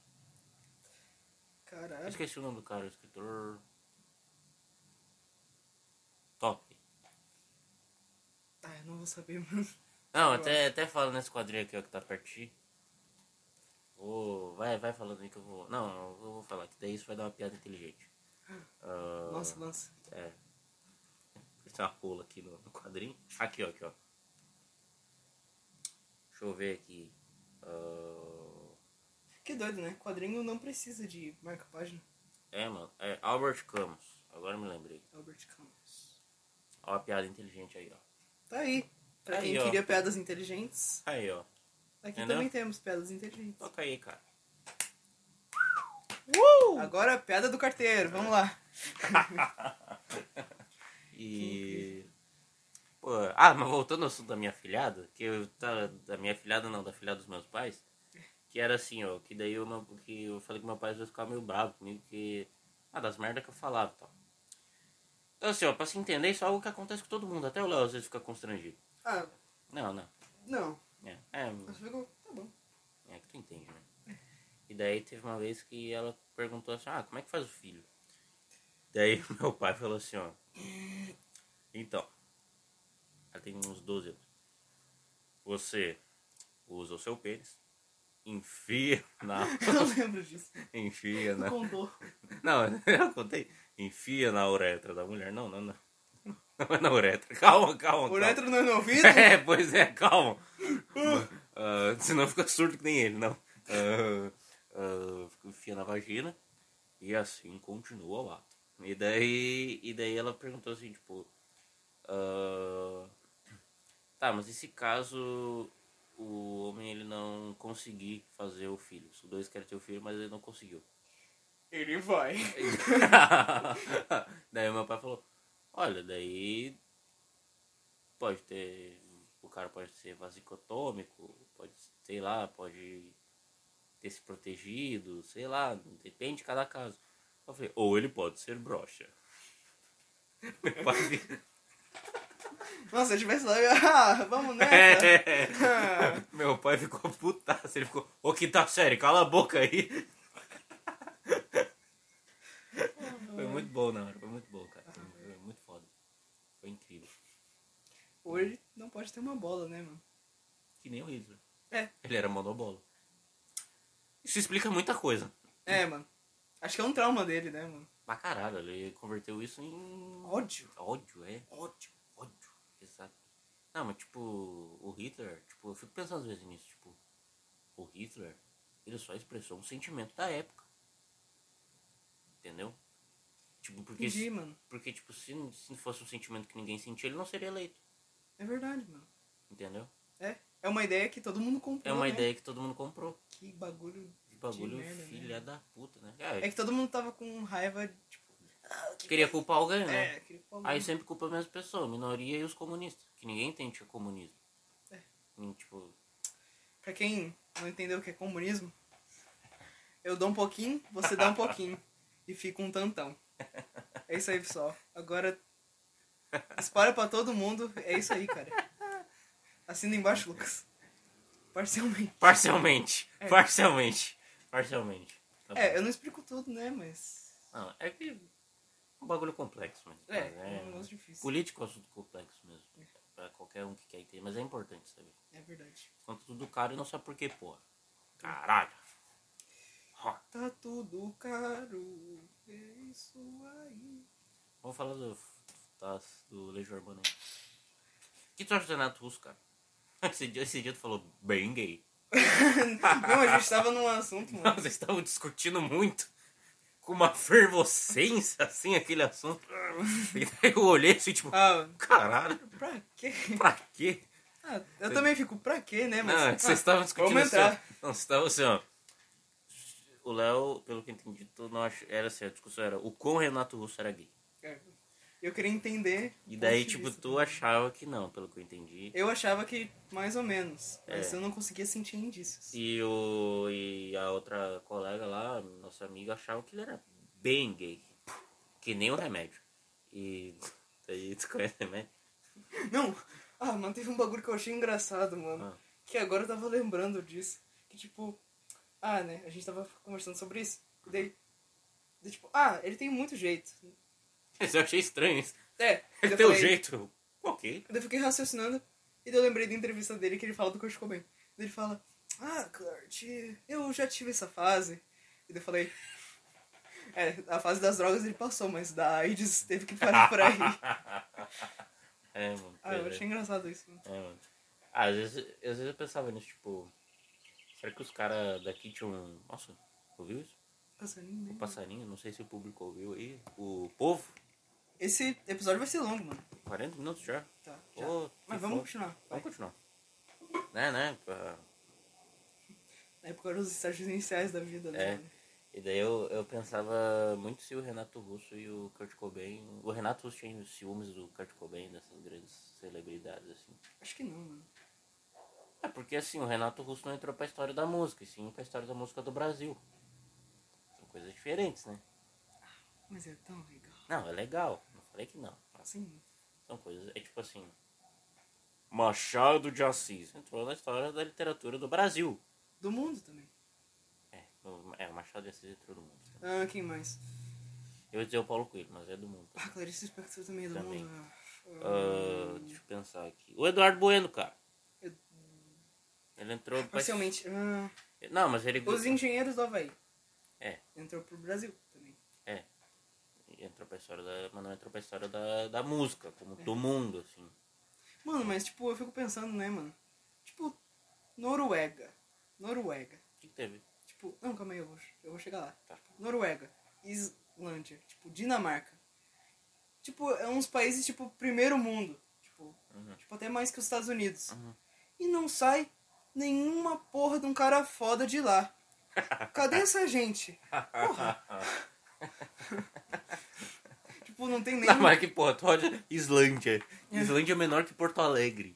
Eu
Caralho.
esqueci o nome do cara, o escritor. Top.
Ah, eu não vou saber, mano.
Não, até, até fala nesse quadrinho aqui, ó, que tá pertinho. Ô, vai, vai falando aí que eu vou. Não, eu vou falar, que daí isso vai dar uma piada inteligente. Ah,
Nossa, lança.
É. Tem uma rola aqui no, no quadrinho. Aqui, ó, aqui, ó. Deixa eu ver aqui. Ah,
Que doido, né? Quadrinho não precisa de marca-página.
é, mano. É Albert Camus. Agora eu me lembrei.
Albert Camus.
Ó, a piada inteligente aí, ó.
Tá aí. Pra
Aí,
quem
ó.
queria piadas inteligentes,
Aí, ó.
aqui
Entendeu?
também temos piadas inteligentes.
Toca aí, cara.
Agora a piada do carteiro, vamos lá.
E. Pô, ah, mas voltando ao assunto da minha filhada, que eu tá, da minha filhada não, da filhada dos meus pais, que era assim, ó, que daí eu, meu- que eu falei que meu pai às vezes ficava meio bravo comigo, que. Ah, das merdas que eu falava e tal. Então assim, ó, pra se entender, isso é algo que acontece com todo mundo, até o Léo às vezes fica constrangido.
Ah,
Não, não.
não.
É, é,
Eu só fico, tá bom.
é que tu entende, né? E daí teve uma vez que ela perguntou assim, ah, como é que faz o filho? Daí meu pai falou assim, ó. Então, ela tem uns 12 anos. Você usa o seu pênis, enfia na.
Eu não lembro disso.
enfia
Tu
na.
contou.
Não, eu contei. Enfia na uretra da mulher. Não, não, não. Não é na uretra. Calma, calma.
O
calma.
Uretro não é no ouvido?
É, pois é, calma. Ah, senão fica surdo que nem ele, não. Ah, ah, enfia na vagina e assim continua lá. E daí, e daí ela perguntou assim, tipo... ah, tá, mas e se caso o homem ele não conseguir fazer o filho? Os dois querem ter o filho, mas ele não conseguiu.
Ele vai.
daí meu pai falou, olha, daí pode ter. O cara pode ser vasicotômico, pode, sei lá, pode ter se protegido, sei lá, depende de cada caso. Eu falei, ou ele pode ser broxa. Meu pai fi-
Nossa, se eu tivesse lá, eu ia, ah, vamos nessa.
É. meu pai ficou putado. ele ficou, ô Kitacheri, cala a boca aí. foi muito bom na hora, foi muito bom, cara. Foi, foi muito foda. Foi incrível.
Hoje não pode ter uma bola, né, mano?
Que nem o Hitler.
É.
Ele era monobola. Isso explica muita coisa.
É, mano. Acho que é um trauma dele, né, mano?
Pra caralho, ele converteu isso em.
Ódio.
Ódio, é.
Ódio.
Ódio. Exato. Não, mas tipo, o Hitler, tipo, eu fico pensando às vezes nisso, tipo, o Hitler, ele só expressou um sentimento da época. Entendeu? Tipo, porque.
Entendi, mano.
Porque, tipo, se, se fosse um sentimento que ninguém sentia, ele não seria eleito.
É verdade, mano.
Entendeu?
É. É uma ideia que todo mundo comprou.
É uma
né?
ideia que todo mundo comprou.
Que bagulho.
Que bagulho
merda, né?
filha da puta, né? Ah,
É que todo mundo tava com raiva, tipo. ah, que-
Queria culpar alguém, né?
É, aquele bagulho.
Aí sempre culpa a mesma pessoa, a minoria e os comunistas. Que ninguém entende o que é comunismo.
É.
Hum, Tipo,
Pra quem não entendeu o que é comunismo, eu dou um pouquinho, você dá um pouquinho. e fica um tantão. É isso aí, pessoal. Agora, espalha pra todo mundo. É isso aí, cara. Assina embaixo, Lucas. Parcialmente.
parcialmente.
É.
Parcialmente. Parcialmente. Tá bom.
É, eu não explico tudo, né? Mas.
Não, é que é um bagulho complexo, mas.
É,
mas
é um negócio difícil.
Político é um assunto complexo mesmo. Pra qualquer um que quer entender, mas é importante saber.
É verdade.
Quanto tudo caro e não sabe por quê, porra. Caralho. Ó,
Tá tudo caro. É isso aí.
vamos falar do, das, do Legião Urbana aí. O que tu acha do Renato Russo, cara? Esse dia, esse dia tu falou bem gay.
não, a gente tava num assunto,
Não,
mano.
vocês estavam discutindo muito. Com uma fervocência, assim, aquele assunto. E daí eu olhei assim, tipo,
Ah,
caralho,
pra quê?
pra quê?
Ah, eu também fico pra quê, né?
Não, é que vocês estavam
ah,
discutindo
Vamos
assim.
entrar.
ó. Não, vocês estavam assim, ó. O Léo, pelo que eu entendi, tu não ach... era assim, a discussão era o quão Renato Russo era gay.
É. Eu queria entender.
E
o
daí,
ponto de
tipo,
vista.
tu achava que não, pelo que eu entendi.
Eu achava que mais ou menos, mas
É.
eu não conseguia sentir indícios.
E, o... e a outra colega lá, nossa amiga, achava que ele era bem gay. Que nem o remédio. E daí tu conhece o remédio?
Não! Ah, mas teve um bagulho que eu achei engraçado, mano.
Ah.
Que agora eu tava lembrando disso. Que tipo. Ah, né? A gente tava conversando sobre isso. E daí. daí, tipo, ah, ele tem muito jeito.
Mas eu achei estranho isso.
É. daí
Ele
eu
tem o
falei-
jeito. Ok.
Daí eu fiquei raciocinando e daí eu lembrei da entrevista dele que ele fala do Kurt Cobain. Daí ele fala, ah, Kurt, eu já tive essa fase. E daí eu falei, é, a fase das drogas ele passou, mas da AIDS teve que parar por aí.
É, mano.
ah, eu
pois é.
achei engraçado isso. mano.
É, mano. Ah, às vezes, às vezes eu pensava nisso, tipo, será que os caras daqui tinham. Nossa, ouviu isso?
Passarinho,
O
né?
passarinho, não sei se o público ouviu aí. O povo,
Esse episódio vai ser longo, mano.
40 minutos já.
Tá, já.
Ô,
mas
que
vamos
fo-
continuar. vai.
Vamos continuar. Né, né? pra-
Na época eram os estágios iniciais da vida, né?
É.
mano?
E daí eu, eu pensava muito se o Renato Russo e o Kurt Cobain. O Renato Russo tinha os ciúmes do Kurt Cobain, dessas grandes celebridades, assim.
Acho que não, mano.
É porque assim, o Renato Russo não entrou pra história da música, e sim pra história da música do Brasil. São coisas diferentes, né?
Mas é tão legal.
Não, é legal. Não falei que não.
Assim,
São coisas. É tipo assim. Machado de Assis. Entrou na história da literatura do Brasil.
do mundo também.
É, o- é, o Machado de Assis entrou do mundo.
Ah, quem mais?
Eu ia dizer o Paulo Coelho, mas é do mundo.
Ah, Clarice Spector também é do
Também.
mundo. né?
Ah, deixa eu pensar aqui. O Eduardo Bueno, cara.
Eu-
Ele entrou pra-
Parcialmente. ah,
Não, mas ele.
Os engenheiros do Havaí.
É.
Entrou pro Brasil também.
É. Entrou pra história da. Mas não entrou pra história da, da música, como
É.
do mundo, assim.
Mano, mas tipo, eu fico pensando, né, mano? Tipo, Noruega. Noruega.
O que, que teve?
Tipo, não, calma aí, eu vou, eu vou chegar lá. Tipo,
Tá.
Noruega. Islândia. Tipo, Dinamarca. Tipo, é uns países, tipo, primeiro mundo. Tipo, tipo até mais que os Estados Unidos. E não sai nenhuma porra de um cara foda de lá. Cadê essa gente? Porra. tipo, não tem nem.
Não, mas que porra, tu olha Islândia. Islândia é menor que Porto Alegre.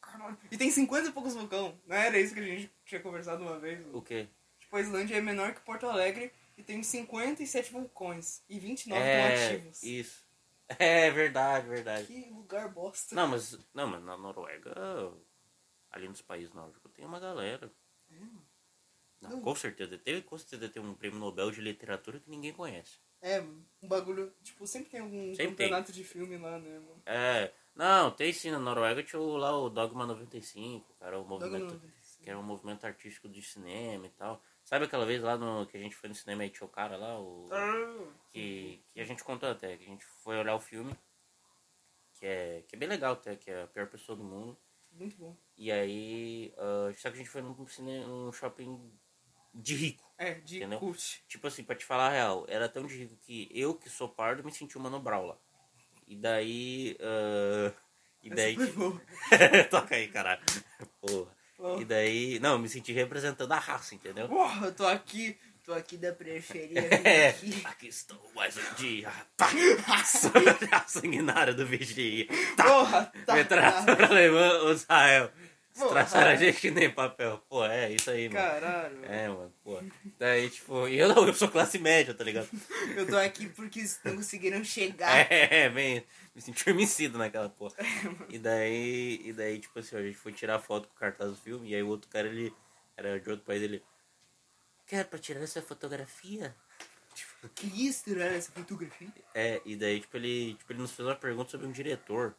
Caralho. E tem 50 e poucos vulcão. Não era isso que a gente tinha conversado uma vez?
O quê?
Tipo, a Islândia é menor que Porto Alegre e tem 57 vulcões. E 29 estão
é,
ativos.
isso. É verdade, verdade.
Que lugar bosta.
Não, mas não, mas na Noruega ali nos países nórdicos tem uma galera.
É, mano.
Não,
Não.
Com certeza. Teve com certeza tem um prêmio Nobel de literatura que ninguém conhece.
É, mano. Um bagulho. Tipo, sempre tem algum
Sempre
campeonato de filme lá, né, mano?
É. Não, tem sim, na Noruega tinha o- lá o Dogma 95, cara, o
Logo
movimento.
no-
Que era um movimento artístico de cinema e tal. Sabe aquela vez lá no, que a gente foi no cinema e tinha o cara lá, o.
Ah,
que, que a gente contou até, que a gente foi olhar o filme, que é, que é bem legal até, que é a pior pessoa do mundo.
muito bom.
E aí, ah, só que a gente foi num, cine, num shopping de rico.
É, de
Entendeu?
cult.
Tipo assim, pra te falar a real, era tão de rico que eu, que sou pardo, me senti um Mano Brown lá. E daí... ah, e
Essa
daí...
foi boa.
Toca aí, caralho. Porra.
Ó.
E daí... Não, me senti representando a raça, entendeu?
Porra, eu tô aqui. Tô aqui da periferia. vim
É,
aqui.
aqui estou mais um dia. Pá! A sanguinária do vigia. Tá.
Porra, tá.
Metralhadora
tá.
alemã, o Israel.
Porra.
Traçaram a gente que nem papel. Pô, é isso aí, mano.
Caralho.
É, mano, pô. Daí, tipo, e eu não, eu sou classe média, tá ligado?
Eu tô aqui porque eles não conseguiram chegar.
É, bem, me senti homicida naquela porra.
É,
E daí, e daí, tipo assim, a gente foi tirar foto com o cartaz do filme, e aí o outro cara, ele, era de outro país, ele, quer pra tirar essa fotografia?
Que isso, tirar essa fotografia?
É, e daí, tipo, ele, tipo, ele nos fez uma pergunta sobre um diretor.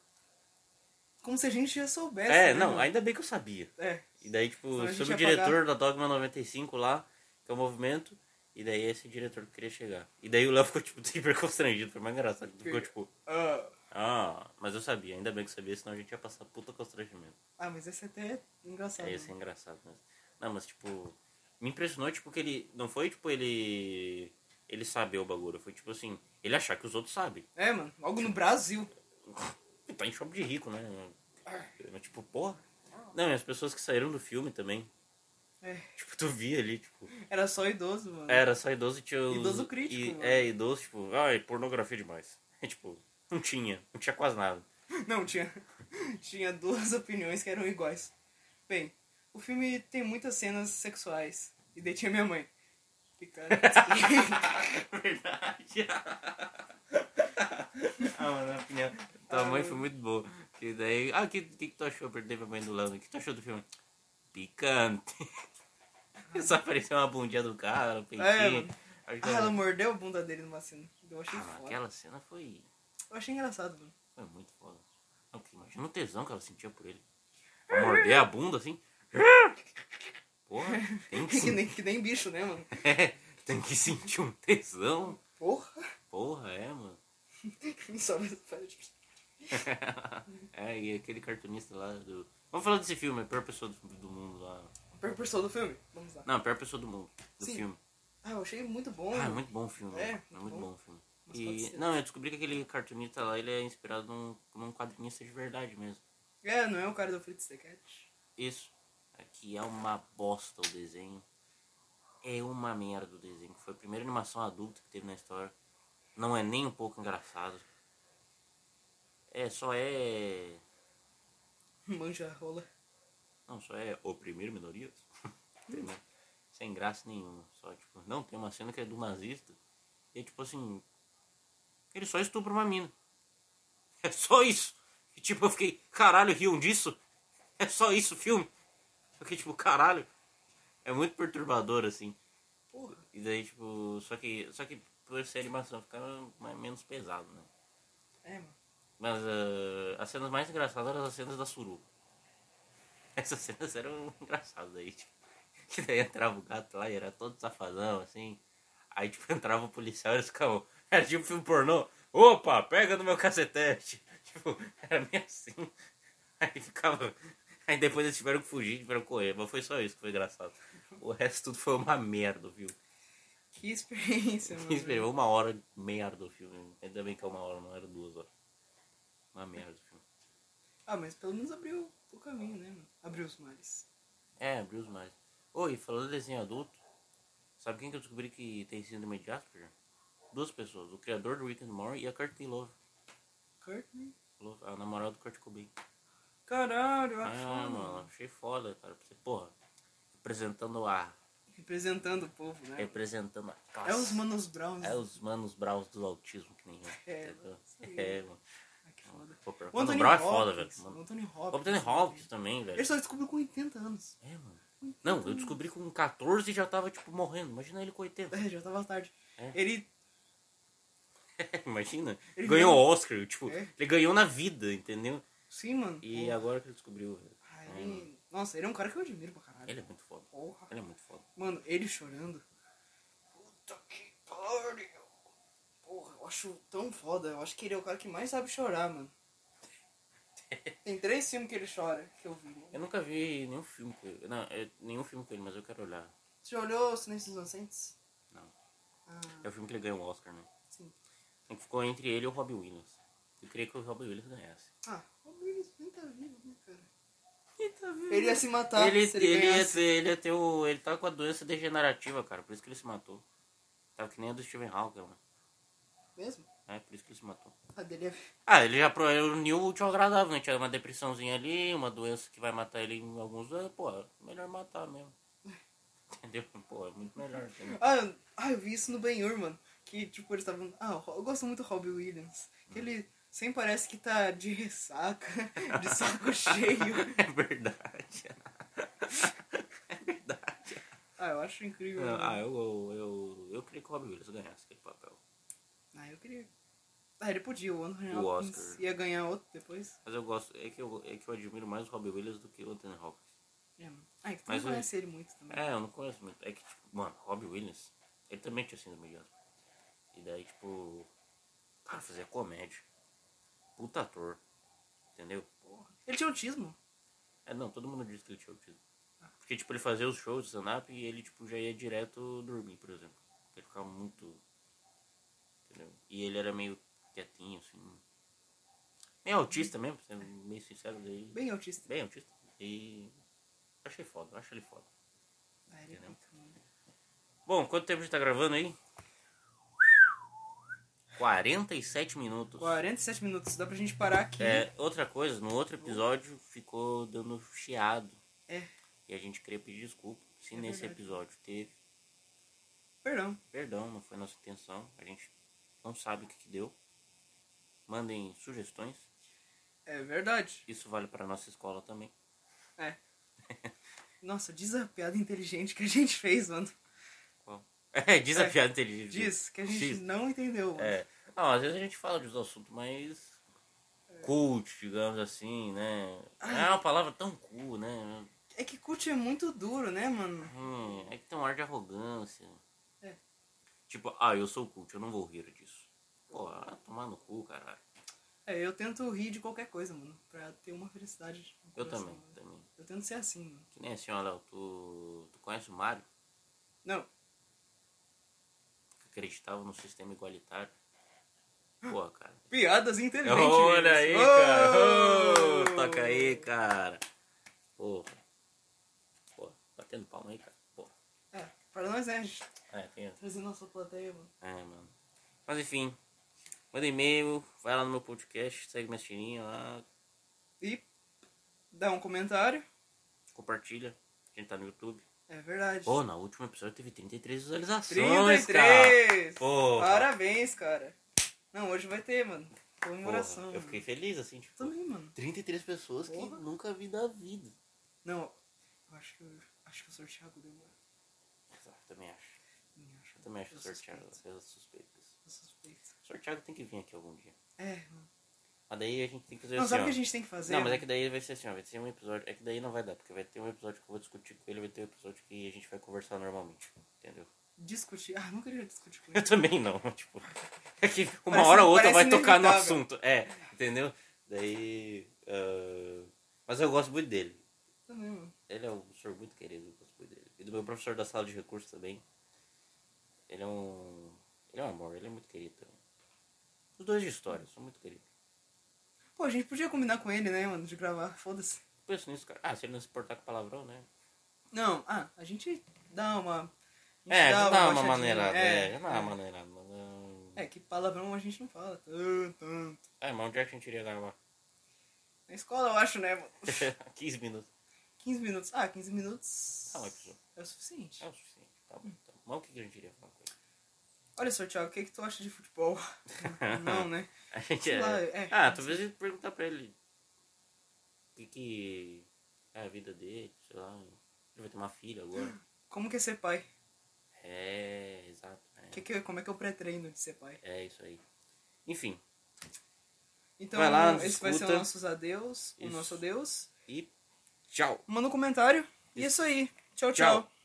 Como se a gente já soubesse.
É,
né,
não,
mano?
ainda bem que eu sabia.
É.
E daí, tipo,
Senão a gente
sobre o
ia pagar.
diretor da Dogma 95 lá, que é o movimento, e daí esse diretor que queria chegar. E daí o Léo ficou, tipo, super constrangido, foi mais engraçado. Ele ficou,
Que-
tipo,
Ah,
ah, mas eu sabia, ainda bem que eu sabia, senão a gente ia passar puta constrangimento.
Ah, mas essa até é engraçado.
Aí ia ser engraçado, mas... Não, mas, tipo, me impressionou, tipo, que ele, não foi, tipo, ele, ele saber o bagulho, foi, tipo, assim, ele achar que os outros sabem.
É, mano. Algo no Brasil.
Tá em shopping de rico, né? Mas, tipo, porra. Não, e as pessoas que saíram do filme também,
Ah. É.
tipo, tu via ali, tipo...
Era só idoso, mano.
Era só idoso e tinha. os-
Uhum. Idoso crítico,
e-
mano.
é, idoso, tipo, ai, pornografia demais. É, tipo, não tinha, não tinha quase nada.
Não, tinha. Tinha duas opiniões que eram iguais. Bem, o filme tem muitas cenas sexuais. E daí tinha minha mãe. assim. Que cara. É
Verdade. ah, mano, a opinião. Tua
Ah,
mãe
mano.
foi muito boa. Que daí. Ah, o que, que, que tu achou? Eu perguntei pra mãe do Lando. O que tu achou do filme? Picante. Só apareceu uma bundinha do cara, um peitinho.
É, mano.
Acho que
ah,
era-
ela mordeu a bunda dele numa cena. Eu achei
Ah, mano,
foda.
aquela cena foi,
Eu achei engraçado, mano.
foi muito foda. Não, porque Imagina o tesão que ela sentia por ele. Pra morder a bunda assim. Porra, tem que,
que,
sen-
nem, que nem bicho, né, mano?
É, tem que sentir um tesão.
Porra!
Porra, é, mano.
Só mais parte.
É, e aquele cartunista lá do. Vamos falar desse filme, a pior pessoa do, do mundo lá.
Pior pessoa do filme? Vamos lá.
Não, a pior pessoa do mundo. Do
Sim.
filme.
Ah, eu achei muito bom.
Ah, é muito bom o filme.
É,
É,
muito
muito
bom.
bom o filme.
Mas pode
E,
ser.
não, eu descobri que aquele cartunista lá, ele é inspirado num, num quadrinista de verdade mesmo.
É, não é o cara do Fritz the Cat?
Isso. Aqui é uma bosta o desenho. É uma merda o desenho. Foi a primeira animação adulta que teve na história. Não é nem um pouco engraçado. É, só é.
Manja rola.
Não, só é oprimir minorias. Entendeu? Sem graça nenhuma. Só, tipo, não, tem uma cena que é do nazista. E tipo assim. Ele só estupra uma mina. É só isso. E tipo, eu fiquei, caralho, riam disso? É só isso o filme? Eu fiquei tipo, caralho. É muito perturbador, assim.
Porra.
E daí, tipo, só que. Só que por ser animação ficava mais, menos pesado, né?
É, mano.
Mas ah, as cenas mais engraçadas eram as cenas da Suru. Essas cenas eram engraçadas aí, tipo. Que daí entrava o gato lá e era todo safadão, assim. Aí, tipo, entrava o policial e eles ficavam. Era tipo filme pornô. Opa, pega no meu cacetete. Tipo, era meio assim. Aí ficava. Aí depois eles tiveram que fugir, tiveram que correr. Mas foi só isso que foi engraçado. O resto tudo foi uma merda, viu?
Que experiência, mano.
Esperou uma hora e meia do filme. Ainda bem que é uma hora, não era duas horas. Uma merda do filme.
Ah, mas pelo menos abriu o caminho, né, mano? Abriu os mares.
É, abriu os mais. Oi, falando de desenho adulto, sabe quem que eu descobri que tem síndrome de Asperger? Duas pessoas, o criador do Rick and Morty e a Courtney Love,
Courtney?
Love, a namorada do Kurt Cobain.
Caralho, eu
Ah,
acho,
mano,
mano.
achei foda, cara. Porque, porra, representando a...
Representando o povo,
É
né?
Representando a classe.
É os Manos Browns.
É os manos bravos do autismo, que nem eu,
É,
entendeu?
isso aí.
É, mano.
Aqui. foda.
Pô, pior que
O
o Mano
Anthony
Brown é
Hopkins,
foda, velho.
O
Mano,
Anthony
O
Hopkins.
Anthony Hopkins também, velho.
Ele só descobriu com 80 anos.
É, mano. Não, eu descobri com 14 e já tava, tipo, morrendo. Imagina ele com 80.
É, já tava tarde.
É.
Ele
Imagina.
Ele
ganhou
ganhou-
o Oscar, tipo,
É.
ele ganhou na vida, entendeu?
Sim, mano.
E
Porra.
agora que ele descobriu, velho.
Ah, ele- Nossa, ele é um cara que eu admiro pra caralho.
Ele é muito foda.
Porra.
Ele é muito foda.
Mano, ele chorando. Puta que pariu. Porra, eu acho tão foda. Eu acho que ele é o cara que mais sabe chorar, mano. Tem três filmes que ele chora, que eu vi. mano.
Eu nunca vi nenhum filme com ele. Não, é, nenhum filme com ele, mas eu quero olhar.
Você já olhou Silêncio dos Inocentes?
Não.
Ah,
É o filme que ele ganhou o Oscar, né?
sim.
Então Ficou entre ele e o Robbie Williams. Eu queria que o Robbie Williams ganhasse.
Ah, o Willis nem tá vivo, né, cara?
Ele tá vivo.
Ele ia se matar
ele,
se
ele,
ele,
ia
ganhasse.
ter, ele ia ter o. Ele tá com a doença degenerativa, cara. Por isso que ele se matou. Tava que nem a do Steven Hawking, mano.
Mesmo?
É, por isso que ele se matou.
A dele é...
Ah, ele já pro- ele uniu o útil ao agradável, né? Tinha uma depressãozinha ali, uma doença que vai matar ele em alguns anos. Pô, é melhor matar mesmo. Entendeu? Pô, é muito melhor. Entendeu?
Ah, eu- ah, eu vi isso no Ben Hur, mano. Que, tipo, eles estavam... Ah, eu ro- eu gosto muito do Robbie Williams. Que ele sempre parece que tá de ressaca, de saco cheio.
É verdade. É verdade.
Ah, eu acho incrível. mano.
Ah, eu, eu, eu, eu queria que o Robbie Williams ganhasse aquele papel.
Ah, eu queria. Ah, ele podia, o Anthony
O
Hopkins
Oscar.
ia ganhar outro depois.
Mas eu gosto, é que eu, é que eu admiro mais o Robbie Williams do que o Anthony Hopkins.
É, mano. Ah, é que tu
Mas
não
o-
conhece ele muito também.
É, eu não conheço muito. É que, tipo, mano, Robbie Williams, ele também tinha síndrome de Asperger. E daí, tipo, cara, fazia comédia. Puta ator. Entendeu?
Porra. Ele tinha autismo.
É, não, todo mundo diz que ele tinha autismo. Porque, tipo, ele fazia os shows de stand-up e ele, tipo, já ia direto dormir, por exemplo. Ele ficava muito. Entendeu? E ele era meio quietinho, assim. Meio autista mesmo, pra ser meio sincero, daí.
Bem autista.
Bem autista. E. Achei foda, acho ele foda.
Ah, ele é
Entendeu?
muito, mano.
Bom, quanto tempo a gente tá gravando aí? 47 minutos.
47 minutos, dá pra gente parar aqui.
É, outra coisa, no outro episódio ficou dando chiado.
É.
E a gente queria pedir desculpa se
É
nesse
verdade.
episódio teve.
Perdão.
Perdão, não foi nossa intenção. A gente não sabe o que, que deu. Mandem sugestões.
É verdade.
Isso vale para nossa escola também.
É. Nossa, diz a piada inteligente que a gente fez, mano.
Qual? É, diz a
É,
piada inteligente.
Diz que a gente
Diz.
não entendeu. mano.
É. Não, às vezes a gente fala de uns assuntos mais cult, digamos assim, né? É uma palavra tão cool, né?
É que cult é muito duro, né, mano?
Hum, é que tem um ar de arrogância.
É.
Tipo, ah, eu sou cult, eu não vou rir disso. Pô, ah, tomar no cu, caralho.
É, eu tento rir de qualquer coisa, mano. Pra ter uma felicidade. no
Eu
coração,
também,
mano.
também.
Eu tento ser assim, mano.
Que nem assim, ó, Léo, tu, tu conhece o Mário,
Não,
que acreditava no sistema igualitário? Pô, cara.
Piadas inteligentes.
Olha É aí,
Oh!
cara. Ô, toca aí, cara. Porra. Porra, batendo palma aí, cara. Porra.
É, para nós nerds.
É, tem.
Trazer nossa plateia, mano.
É, mano. Mas enfim. Manda e-mail, vai lá no meu podcast, segue minha tirinha lá,
E dá um comentário.
compartilha. A gente tá no YouTube.
É verdade.
Pô, na última episódio teve 33 visualizações, cara.
33!
Porra.
Parabéns, cara. Não, hoje vai ter, mano. Comemoração.
Porra, eu fiquei
mano.
feliz, assim, tipo...
Também, mano.
33 pessoas
Porra.
que nunca vi da vida.
Não, eu acho que eu, acho que eu sou o Thiago Demora.
Eu também acho.
Nem acho.
Eu também acho
Eu
sorteado.
suspeito.
Eu suspeito.
Eu suspeito.
Sorteado tem que vir aqui algum dia.
É, mano.
Mas daí a gente tem que fazer
Não,
assim,
sabe o
ó.
que a gente tem que fazer?
Não, mas é
mano?
que daí vai ser assim, ó, vai ser um episódio. É que daí não vai dar, porque vai ter um episódio que eu vou discutir com ele, vai ter um episódio que a gente vai conversar normalmente, entendeu?
Discutir. Ah, não queria discutir com
Eu
ele.
também não, tipo. É que uma
Parece-
hora ou outra vai
parece
tocar no
inevitável.
assunto. É, entendeu? Daí. ah, mas eu gosto muito dele.
Também, mano.
Ele é um professor muito querido, eu gosto muito dele. E do meu professor da sala de recursos também. Ele é um. Ele é um amor, ele é muito querido também. Os dois de história, são muito queridos.
Pô, a gente podia combinar com ele, né, mano, de gravar. Foda-se.
Penso nisso, cara. Ah, se ele não se portar com palavrão, né?
Não, ah, a gente dá uma. a gente
É, já dá uma
baixadinha,
maneirada, é, já dá uma
é,
maneirada, mas não-
É, que palavrão a gente não fala tanto, tanto.
É, mas onde é que a gente iria gravar?
Na escola eu acho, né? mano?
15 minutos.
15 minutos. Ah, 15 minutos.
Ah, um episódio.
É o suficiente.
É o suficiente. Tá bom, tá bom. Mas o que que a gente iria falar com ele?
Olha só, Thiago, o que, que tu acha de futebol? Não, né?
A gente
Sei
é...
lá, é.
Ah, talvez a gente perguntar pra ele o que, que é a vida dele, sei lá. Ele vai ter uma filha agora.
Como que é ser pai?
É, exato. É,
Que que, como é que eu pré-treino de ser pai?
é isso aí. Enfim,
Então,
Vai lá,
esse vai ser
escuta.
o nossos adeus, o
Isso.
nosso adeus.
e tchau!
Manda um comentário. E é isso aí. tchau.
Tchau.
tchau.